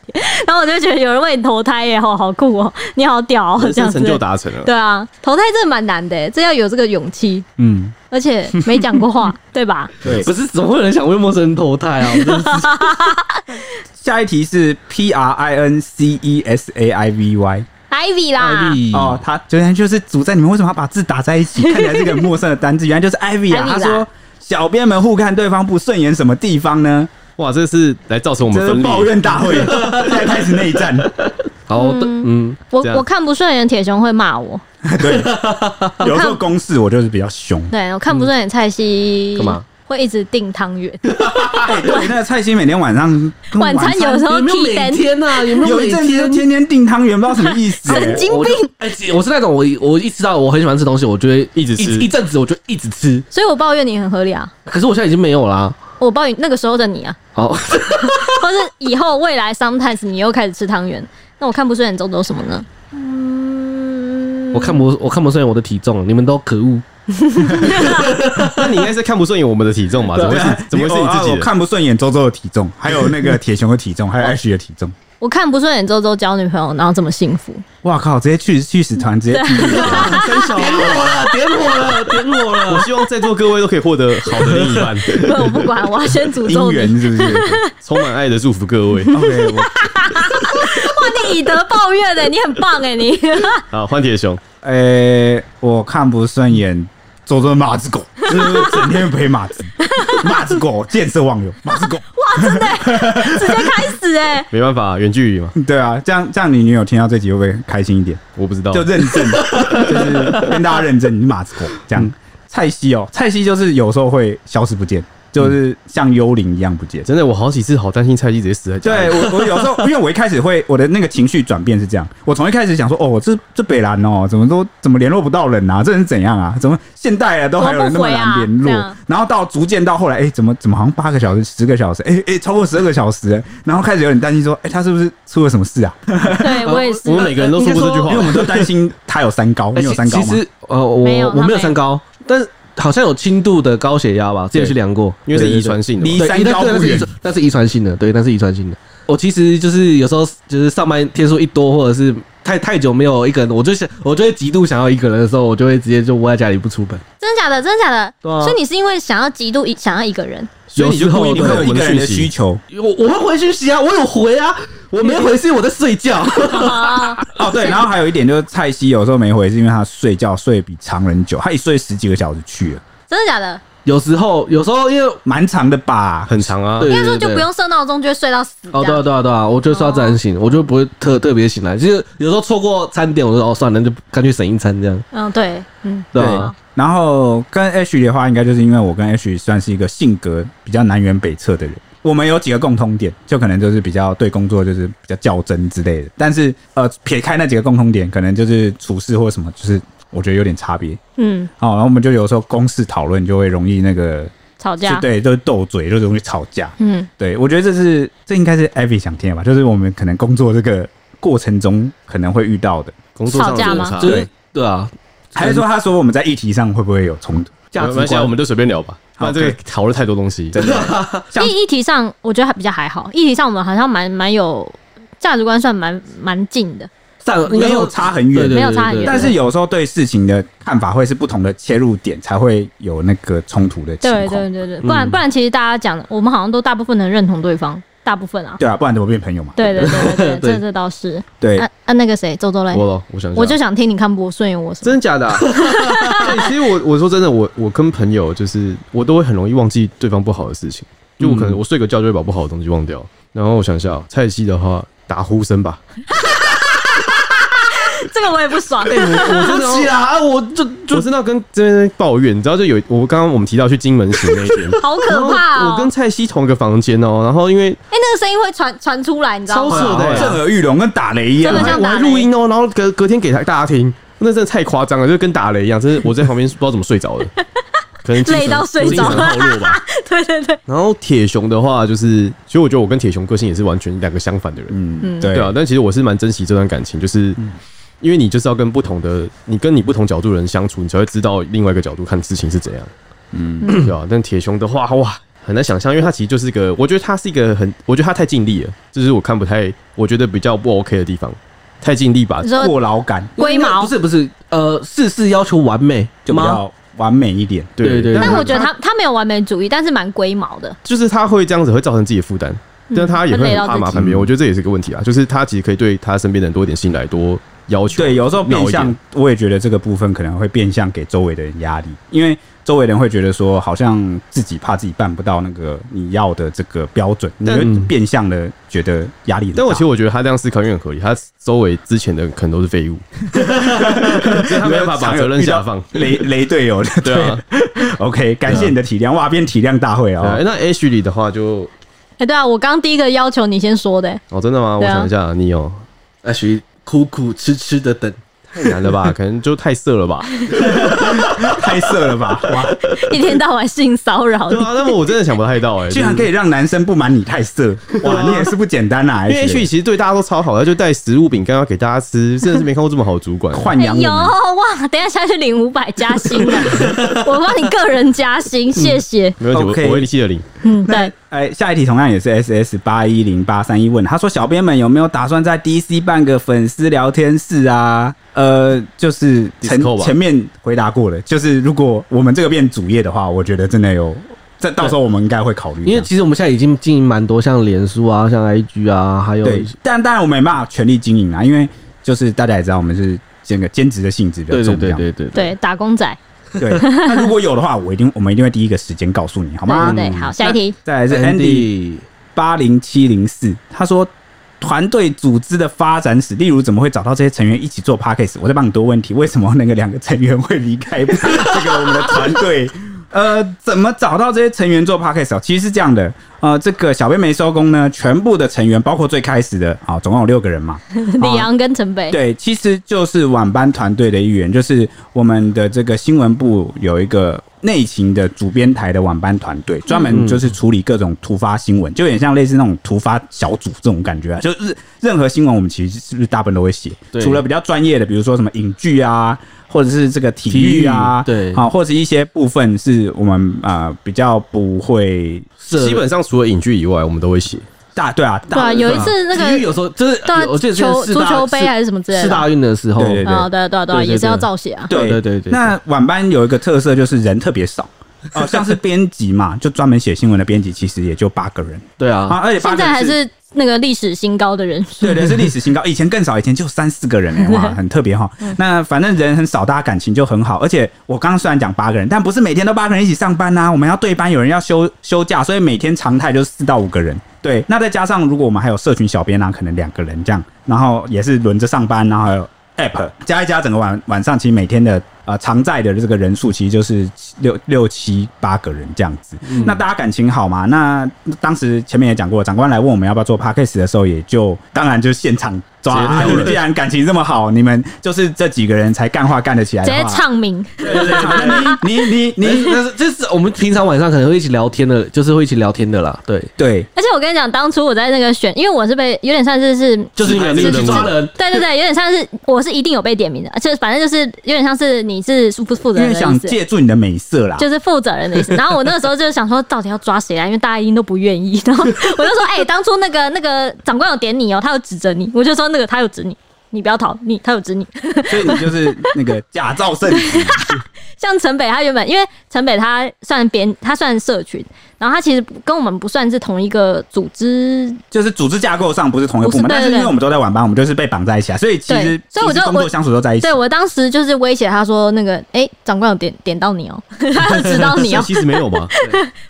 然后我就觉得有人为你投胎耶，好好酷哦、你好屌、哦，
人
这样
生
子
成。就达成了。
对啊，投胎真的蛮难的耶，这要有这个勇气，
嗯，
而且没讲过话，对吧？
对。
哎不是，怎么会有人想为陌生人投胎啊？我真的是
下一题是 P R I N C E S A I V Y。
Ivy 啦
艾 [laughs] 丽
哦，他原来就是组在你们为什么要把字打在一起？看起来是个陌生的单字，原来就是 Ivy 啊。
Ivy 啦
他说，小编们互看对方不顺眼什么地方呢？
哇，这是来造成我们
这是
分
抱
裂。
怨大会，现在开始内战。
好的，嗯，
我
这样
我看不顺眼，铁熊会骂我。
对，有时候公事我就是比较凶。
对我看不顺眼，蔡西
干嘛？
会一直订汤圆，
哎对，那个蔡心每天晚上
晚餐有时候
有没有
替
每
单，
天啊？有没
有一
每
阵子就
天？
天天订汤圆，不知道什么意思。
神经
我就
病。
哎，我是那种我我一吃到我很喜欢吃东西，我就会
一直吃
一一阵子，我就一直吃。
所以我抱怨你很合理啊，
可是我现在已经没有啦。
我抱怨那个时候的你啊，
好，
或是以后未来 sometimes 你又开始吃汤圆，那我看不顺眼周周什么呢？嗯
我看不我看不顺眼我的体重，你们都可恶。
那你应该是看不顺眼我们的体重吧？怎么会是？怎么会是你自
哦啊
己
我
的？
看不顺眼周周的体重，还有那个铁熊的体重，还有 Ash 的体重。
我看不顺眼周周交女朋友，然后这么幸福，
哇靠！直接去去死团，直接地狱
啊
真小
点我了，点我
[laughs]
了，点我了！
我希望在座各位都可以获得好的另一半，
不然我不管，我要先诅咒
姻
你。
缘是不是
充满爱的祝福各位。
？OK，我
哇，你以德报怨的、你很棒哎、你 [laughs]
好，换铁熊，
呃、我看不顺眼周周马子狗，就是整天陪马子，马子狗见色忘友，马子狗。
直接开始哎、
没办法，远距离嘛，
对啊，这样这样，你女友听到这集会不会开心一点？
我不知道
就。认证，就是跟大家认证你是马子狗这样。蔡西哦，蔡西就是有时候会消失不见，就是像幽灵一样不见。
真的，我好几次好担心蔡记直接死在家里。
对我，我有时候，因为我一开始会我的那个情绪转变是这样，我从一开始想说，哦，我这这北兰哦，怎么都怎么联络不到人啊，这人怎样啊？怎么现代啊都还有人那么难联
怎么不
络？
回啊这样
然后到逐渐到后来，哎、怎么怎么好像八个小时、十个小时，哎、哎、超过十二个小时、然后开始有点担心说，哎、他是不是出了什么事啊？
对 [laughs] 我也是
我，们每个人都说过这句
因为我
话，
们都担心他有三
[laughs]
高，
哎
你有
其
三高
其
吗？
实呃，我
没有
我
他
没
没
有
有
三高，但是好像有轻度的高血压吧，之前去量过。
因为是遗传性的嘛。
离三高
对
不
对
远
对。那是遗传性的，对，那是遗传性的。我其实就是有时候就是上班天数一多，或者是太太久没有一个人，我就想我就会极度想要一个人的时候，我就会直接就窝在家里不出门。
真假的，真假的。
对啊
所以你是因为想要极度一想要一个
[laughs]
人，
所以你就故意
你
你
会
会
有
有
一
一
个
个
人
人
的
的
需
需
求
我我会回讯息啊，我有回啊，我没回是我在睡觉。 [laughs]
哦，
哦，对，然后还有一点就是蔡西有时候没回，是因为他睡觉睡比常人久，他一睡十几个小时去了，
真的假的？
有时候有时候因为
蛮长的吧？
很长啊，
对
应该说
对
就
对
不用设闹钟，就会睡到死。
哦，
这
对啊，
样哦
对啊，对啊，我就是要自然醒，我就不会特特别醒来。就是有时候错过餐点，我就说哦算了，那就干脆省一餐这样，
嗯，对，嗯，
对啊，
然后跟 H 的话，应该就是因为我跟 H 算是一个性格比较南辕北辙的人，我们有几个共通点，就可能就是比较对工作就是比较较真之类的。但是呃，撇开那几个共通点，可能就是处事或什么，就是我觉得有点差别。
嗯，
哦，然后我们就有时候公事讨论就会容易那个，
吵
就
架，
对，就是斗嘴，就容易吵架。
嗯，
对，我觉得这是这应该是 Abby 想听的吧，就是我们可能工作这个过程中可能会遇到的，
工作上的
吵架
摩
吗
擦。
就
对
是，对啊，
还是说他说我们在议题上会不会有冲突？
没关系啊，我们就随便聊吧，不然这个
OK
讨论太多东西。真的，
像
议议题上，我觉得还比较还好。议题上，我们好像蛮蛮有价值观，算蛮蛮近的。
上应该
没
说
有差很远
对对对
没有差很
对
远
但是有时候对事情的看法会是不同的切入点，才会有那个冲突的情
对
况。
对对对，不然
嗯
不然，其实大家讲，我们好像都大部分能认同对方，大部分啊。
对啊，不然怎么变朋友嘛？
对对
[laughs]
对对
对
对，这这倒是。
对
啊啊，那个谁，周周嘞，
我了，我想一下
我就想听你看不顺眼我什么。
真的假的、啊？对其实我我说真的，我我跟朋友就是我都会很容易忘记对方不好的事情，就我可能我睡个觉就会把不好的东西忘掉。然后我想一下哦，蔡西的话打呼声吧，
这个我也不爽。
我真的气啊，我就
我真的要跟这边抱怨，你知道就有我刚刚我们提到去金门行那一天，
[laughs] 好
然
可
后
怕哦！
我跟蔡西同一个房间哦，然后因为
哎、那个声音会传传出来，你知道
超
吗？
扯的、
会啊震耳欲聋，跟打雷一样啊
真的
我还
像
我还
打雷
录音哦，然后隔隔天给他大家听，那真的太夸张了，就跟打雷一样，真是我在旁边不知道怎么睡着的，可能精神
累到睡着
精神耗弱吧。
[laughs] 对对对，
然后铁熊的话，就是其实我觉得我跟铁熊个性也是完全两个相反的人，
嗯，
嗯
对
对啊。但其实我是蛮珍惜这段感情，就是因为你就是要跟不同的你跟你不同角度的人相处，你才会知道另外一个角度看事情是怎样，嗯， [clears throat] 对啊。但铁熊的话，哇。很难想象，因为他其实就是个，我觉得他是一个很，我觉得他太尽力了，这是我看不太，我觉得比较不 OK 的地方，太尽力把
你说
过劳感
[laughs] 龟毛
不是不是，呃，事事要求完美
就比
吗？
较完美一点。
对对
但
对
我觉得他他没有完美主义，但是蛮龟毛的。
就是他会这样子会造成自己的负担，但他也会
嗯很累到
很怕
自己
麻烦别人。我觉得这也是个问题啊，就是他其实可以对他身边的人多一点信赖，多要求。
对，有时候变
闹一
相
点，
我也觉得这个部分可能会变相给周围的人压力，因为周围人会觉得说，好像自己怕自己办不到那个你要的这个标准，你
但
会变相的觉得压力很大。
但我其实我觉得他这样思考也很合理，他周围之前的可能都是废物，
[laughs]
所以他没有办法把责任下放。
雷雷队友的，
对啊，
OK，感谢你的体谅，哇，变体谅大会
对啊
啊
诶！那 H 里的话就
哎、对啊，我刚第一个要求你先说
[laughs]
的、
哦，真的吗？我
对啊
想一下，你有
那属于苦苦吃吃的等，
太难了
[laughs]
吧？可能就太色
[laughs]
了吧？
太色了吧，哇，
一天到晚性骚扰
对
你，
啊，那么我真的想不太到哎，
居然可以让男生不满你太色，哇，你也是不简单呐、啊！
因为 H 其实对大家都超好，他就带食物饼干要给大家吃，真的是没看过这么好的主管。
豢养
哎呦
我们，
哇！等一下下去
[laughs]
领五百加薪啊！我帮你个人加薪，谢谢。
没问题，我
OK
我会记得领。
嗯，对，
哎，下一题同样也是 S S 八一零八三一问，他说：“小编们有没有打算在 D C 办个粉丝聊天室啊？”呃，就是前
Discord 吧
前面回答过了，就是如果我们这个变主业的话，我觉得真的有，这到时候我们应该会考虑这样，
因为其实我们现在已经经营蛮多，像脸书啊，像 IG 啊，还有
对，但当然我们没办法全力经营啊，因为就是大家也知道我们是这个兼职的性质比较
对对
重
对
要，
对对
对，打工仔，
对，那如果有的话，我一定我们一定会第一个时间告诉你，好吗？嗯
对对对，好，下一题，
再来是 Andy
Andy
八零七零四，他说团队组织的发展史，例如怎么会找到这些成员一起做 podcast？我再帮你多问题，为什么那个两个成员会离开 [laughs] 这个我们的团队？呃，怎么找到这些成员做 podcast？哦其实是这样的，呃，这个小编没收工呢，全部的成员，包括最开始的，啊、总共有六个人嘛，
[laughs]
啊
李阳跟陈
哎
北，
对，其实就是晚班团队的一员，就是我们的这个新闻部有一个内勤的主编台的晚班团
嗯
队，专门就是处理各种突发新闻，就有点像类似那种突发小组这种感觉啊。就是任何新闻，我们其实是不是大部分都会写，
嗯对
除了比较专业的，比如说什么影剧啊，或者是这个体育啊，
体育对
啊，或者一些部分是我们啊比较不会
是
基本上除了影剧以外，我们都会写。
大对啊，
对
大
啊，有一次那
体
个
育有时候就是
对啊
有我记得之前
球
四
足
大
球杯还是什么之类
四
的，
大运的时候，
对对对
啊，对啊对啊对啊，
对对
也是
对
要造血啊，
对
对对对
那晚班有一个特色就是人特别 [laughs] 少。哦，像是编辑嘛，就专门写新闻的编辑，其实也就八个人
对
啊，
啊，
而且八
现
个
在
人
还是那个历史新高的人
[laughs]
数，
对对是历史新高，以前更少，以前就三四个人哎、哇，很特别哈。那反正人很少，大家感情就很好，而且我刚刚虽然讲八个人，但不是每天都八个人一起上班呐、啊我们要对班，有人要休休假，所以每天常态就是四到五个人。对，那再加上如果我们还有社群小编啊，可能两个人这样，然后也是轮着上班，然后还有 App 加一加，整个晚晚上其实每天的呃常在的这个人数其实就是六六七八个人这样子。那大家感情好嘛？那当时前面也讲过，长官来问我们要不要做 podcast 的时候，也就当然就现场抓、啊。
直接
你
录了
们既然感情这么好，你们就是这几个人才干话干得起来
直
的
接
话，
唱名，
对对对，你你你
那
你，
那是这是我们平常晚上可能会一起聊天的，就是会一起聊天的啦，对，
对
而且我跟你讲，当初我在那个选，因为我是被有点算是是
就是你们
那个
是去
人
抓
物
人，
对对对，有点像是我是一定有被点名的，就是反正就是有点像是你是负负责
因
人
为
的意
想
思，
借助你的美色啦，
就是负责人的意思。然后我那个时候就想说，到底要抓谁啊？因为大家一定都不愿意。然后我就说，哎、当初那个那个长官有点你哦，他有指着你，我就说那个他有指你。你不要逃，你他有指你。
所以你就是那个假造圣旨，
像城北，他原本因为城北他算编，他算社群，然后他其实跟我们不算是同一个组织
就是组织架构上不是同一个部门，
不是
但是
对对
因为
对
我们都在晚班，我们就是被绑在一起啊，所以其实
对所以我
其实
就
工作
我
相处都在一起
对。我当时就是威胁他说，那个哎、长官有点点到你哦、 [laughs] 他有指到你
[laughs]
哦、
其实没有嘛，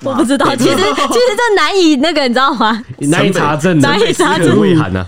我不知道，其实其实这难以那个，你知道吗？
难以查证的
难，以查
很
证。
胃寒呐。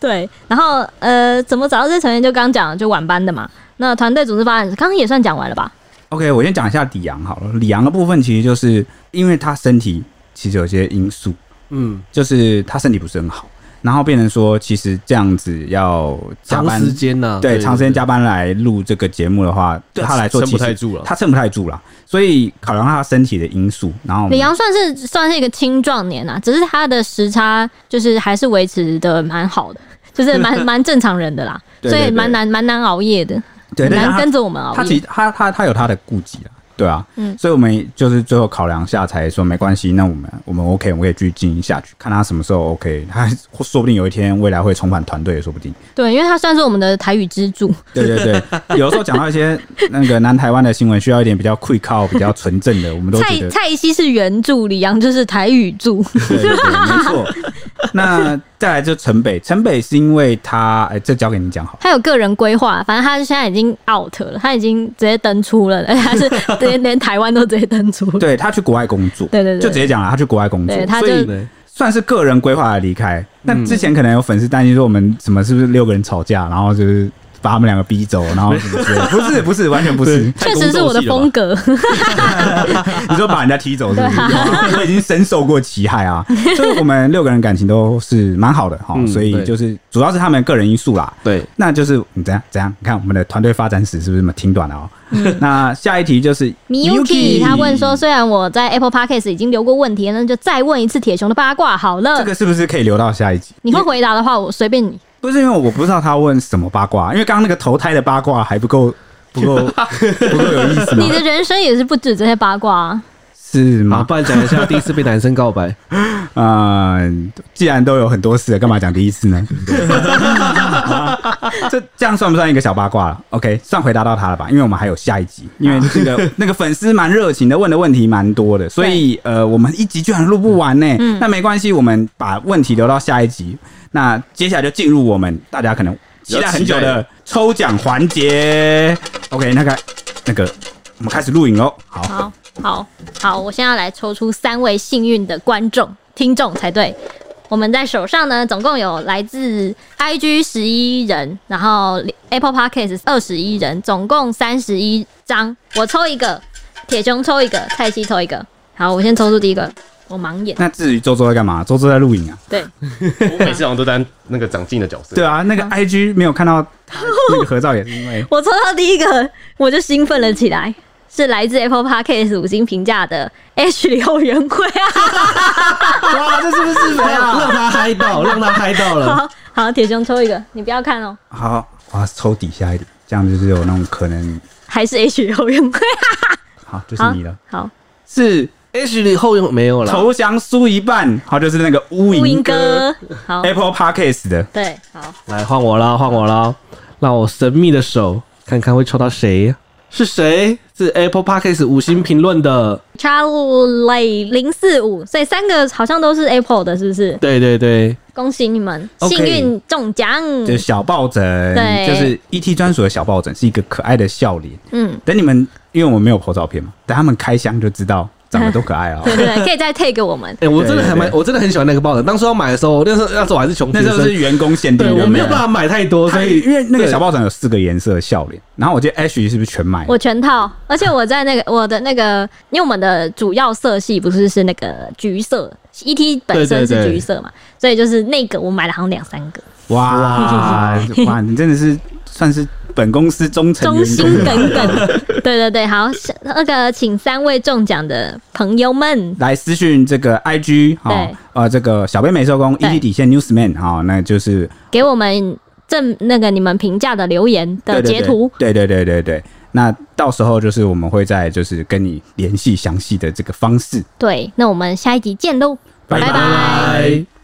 对，然后呃，怎么找到这成员？就刚讲，就晚班的嘛。那团队组织发展，刚刚也算讲完了吧？
OK，我先讲一下李阳好了。李阳的部分其实就是因为他身体其实有些因素，
嗯，
就是他身体不是很好，然后变成说其实这样子要加
长
班，
时间啊呐，
对长时间加班来录这个节目的话，对他来说
撑
其
不
实
太住了
他撑不太住了。所以考量他身体的因素，然后我们
李阳算是算是一个青壮年啊，只是他的时差就是还是维持的蛮好的，就是
[laughs]
蛮蛮正常人的啦，
对
所以
对对
蛮难蛮难熬夜的，
对，
很
但是
难
他
跟着我们熬
他其
夜。
实他他他有他的顾忌啊，对啊，
嗯
所以我们就是最后考量下才说没关系，那我们我们 OK，我们可以继续经营下去，看他什么时候 OK，他或说不定有一天未来会重返团队也说不定。
对，因为他算是我们的台语支柱，
对对对，有时候讲到一些那个南台湾的新闻，需要一点比较 quick 靠、比较纯正的，我们都觉
蔡
得
蔡西是原著，李阳就是台语
[laughs]
柱。
对对对，没错。那再来就城北，城北是因为他，哎、这交给你讲好了。
他有个人规划，反正他现在已经 out 了，他已经直接登出了，而且他
[laughs]
是直接连台湾都直接登出了。
对他去国外工作，
对对对
就直接讲了，他去国外工作
对，他
所以
就
对
算是个人规划的离开。那之前可能有粉丝担心说，我们什么是不是六个人吵架，然后就是把他们两个逼走，然后什么之类的？不是不是，完全不是。
确实是我的风格，
[laughs] 你说把人家踢走是不是？
啊
我已经深受过其害
[laughs]
啊！所以我们六个人感情都是蛮好的哈，
嗯
所以
对
就是主要是他们个人因素啦。
对，
那就是你怎样怎样？你看我们的团队发展史是不是这么挺短了哦？那下一题就是
嗯 Miyuki，他问说，，虽然我在 Apple Podcast 已经留过问题，那就再问一次铁熊的八卦好了。
这个是不是可以留到下一集？
你会回答的话，我随便你。
不是因为我不知道他问什么八卦，啊因为刚刚那个投胎的八卦还不够不够不够有意思吗
[laughs] 你？的人生也是不止这些八卦、啊，
是
好，
吗？
不然讲一下第一次被男生
[laughs]
告白，
嗯，既然都有很多次了，干嘛讲第一 [laughs] 次呢？这这样算不算一个小八卦了？OK，算回答到他了吧？因为我们还有下一集，因为这 [laughs] 个那个粉丝蛮热情的，问的问题蛮多的，所以呃，我们一集居然录不完呢、
嗯
那没关系，我们把问题留到下一集。那接下来就进入我们大家可能期待很久的抽奖环节。OK，那个那个，我们开始录影喽。好，
好好好，我现在要来抽出三位幸运的观众、听众才对。我们在手上呢，总共有来自 IG 十一人，然后 Apple Podcast 二十一人，总共三十一张。我抽一个，铁熊抽一个，蔡西抽一个。好，我先抽出第一个，我盲眼。
那至于周周在干嘛？周周在录影啊。
对，
[laughs] 我每次好像都当那个长进的角色，
对啊，那个 IG 没有看到他那个合照，也是因为
我抽到第一个，我就兴奋了起来。是来自 Apple Podcast 五星评价的 H 刘元贵啊！
哇，这是 [laughs] 不是没有？
让他嗨到，让他嗨到了。
好好，铁熊抽一个，你不要看哦，
好，我要抽底下一点，这样就是有那种可能。
还是 H 刘元贵。啊
好，就是你了，啊
好，
是
H 里后用没有了，
投降输一半，好，就是那个乌
录
蝇
音
哥
哥，好，
Apple Podcast 的，
对，好，
来换我啦，换我啦，让我神秘的手看看会抽到谁？是谁？是 Apple Podcast 五星评论的，
Charlie 零四五，所以三个好像都是 Apple 的，是不是？
对对对，
恭喜你们
OK
幸运中奖。
就是小抱枕，
对
就是 ET 专属的小抱枕，是一个可爱的笑脸。
嗯，
等你们，因为我们没有 po 照片嘛，等他们开箱就知道长得多可爱啊、
对对对，可以再 take 我们。
哎、我真的还蛮
对对，对
我真的很喜欢那个抱枕。当初要买的时候，那时候那时候我还是穷
那
学
时候是
生，
员工限定
对
的，
我没有
对不对
办法买太多，所
所
以
哎以因为那个小
抱
抱枕有四个颜色的笑脸，然后我记得 H 是不是全买？
我全套，而且我在那个我的那个，因为我们的主要色系不是是那个橘色，ET 本身
对对
是
对
橘色嘛，所以就是那个我买了好像两三个，
哇哇，你真的是算是本公司忠诚
忠
员
心
工。啊
耿耿。对对对，好，是那个请三位中奖的朋友们
来私讯这个 IG 哈、
对
呃，这个小贝美寿工
对
ET 底线 Newsman 哈、那就是
给我们正那个你们评价的留言的截图。，
对对对对对对对。那到时候就是我们会在就是跟你联系详细的这个方式，
对，那我们下一集见喽，拜
拜
拜
拜。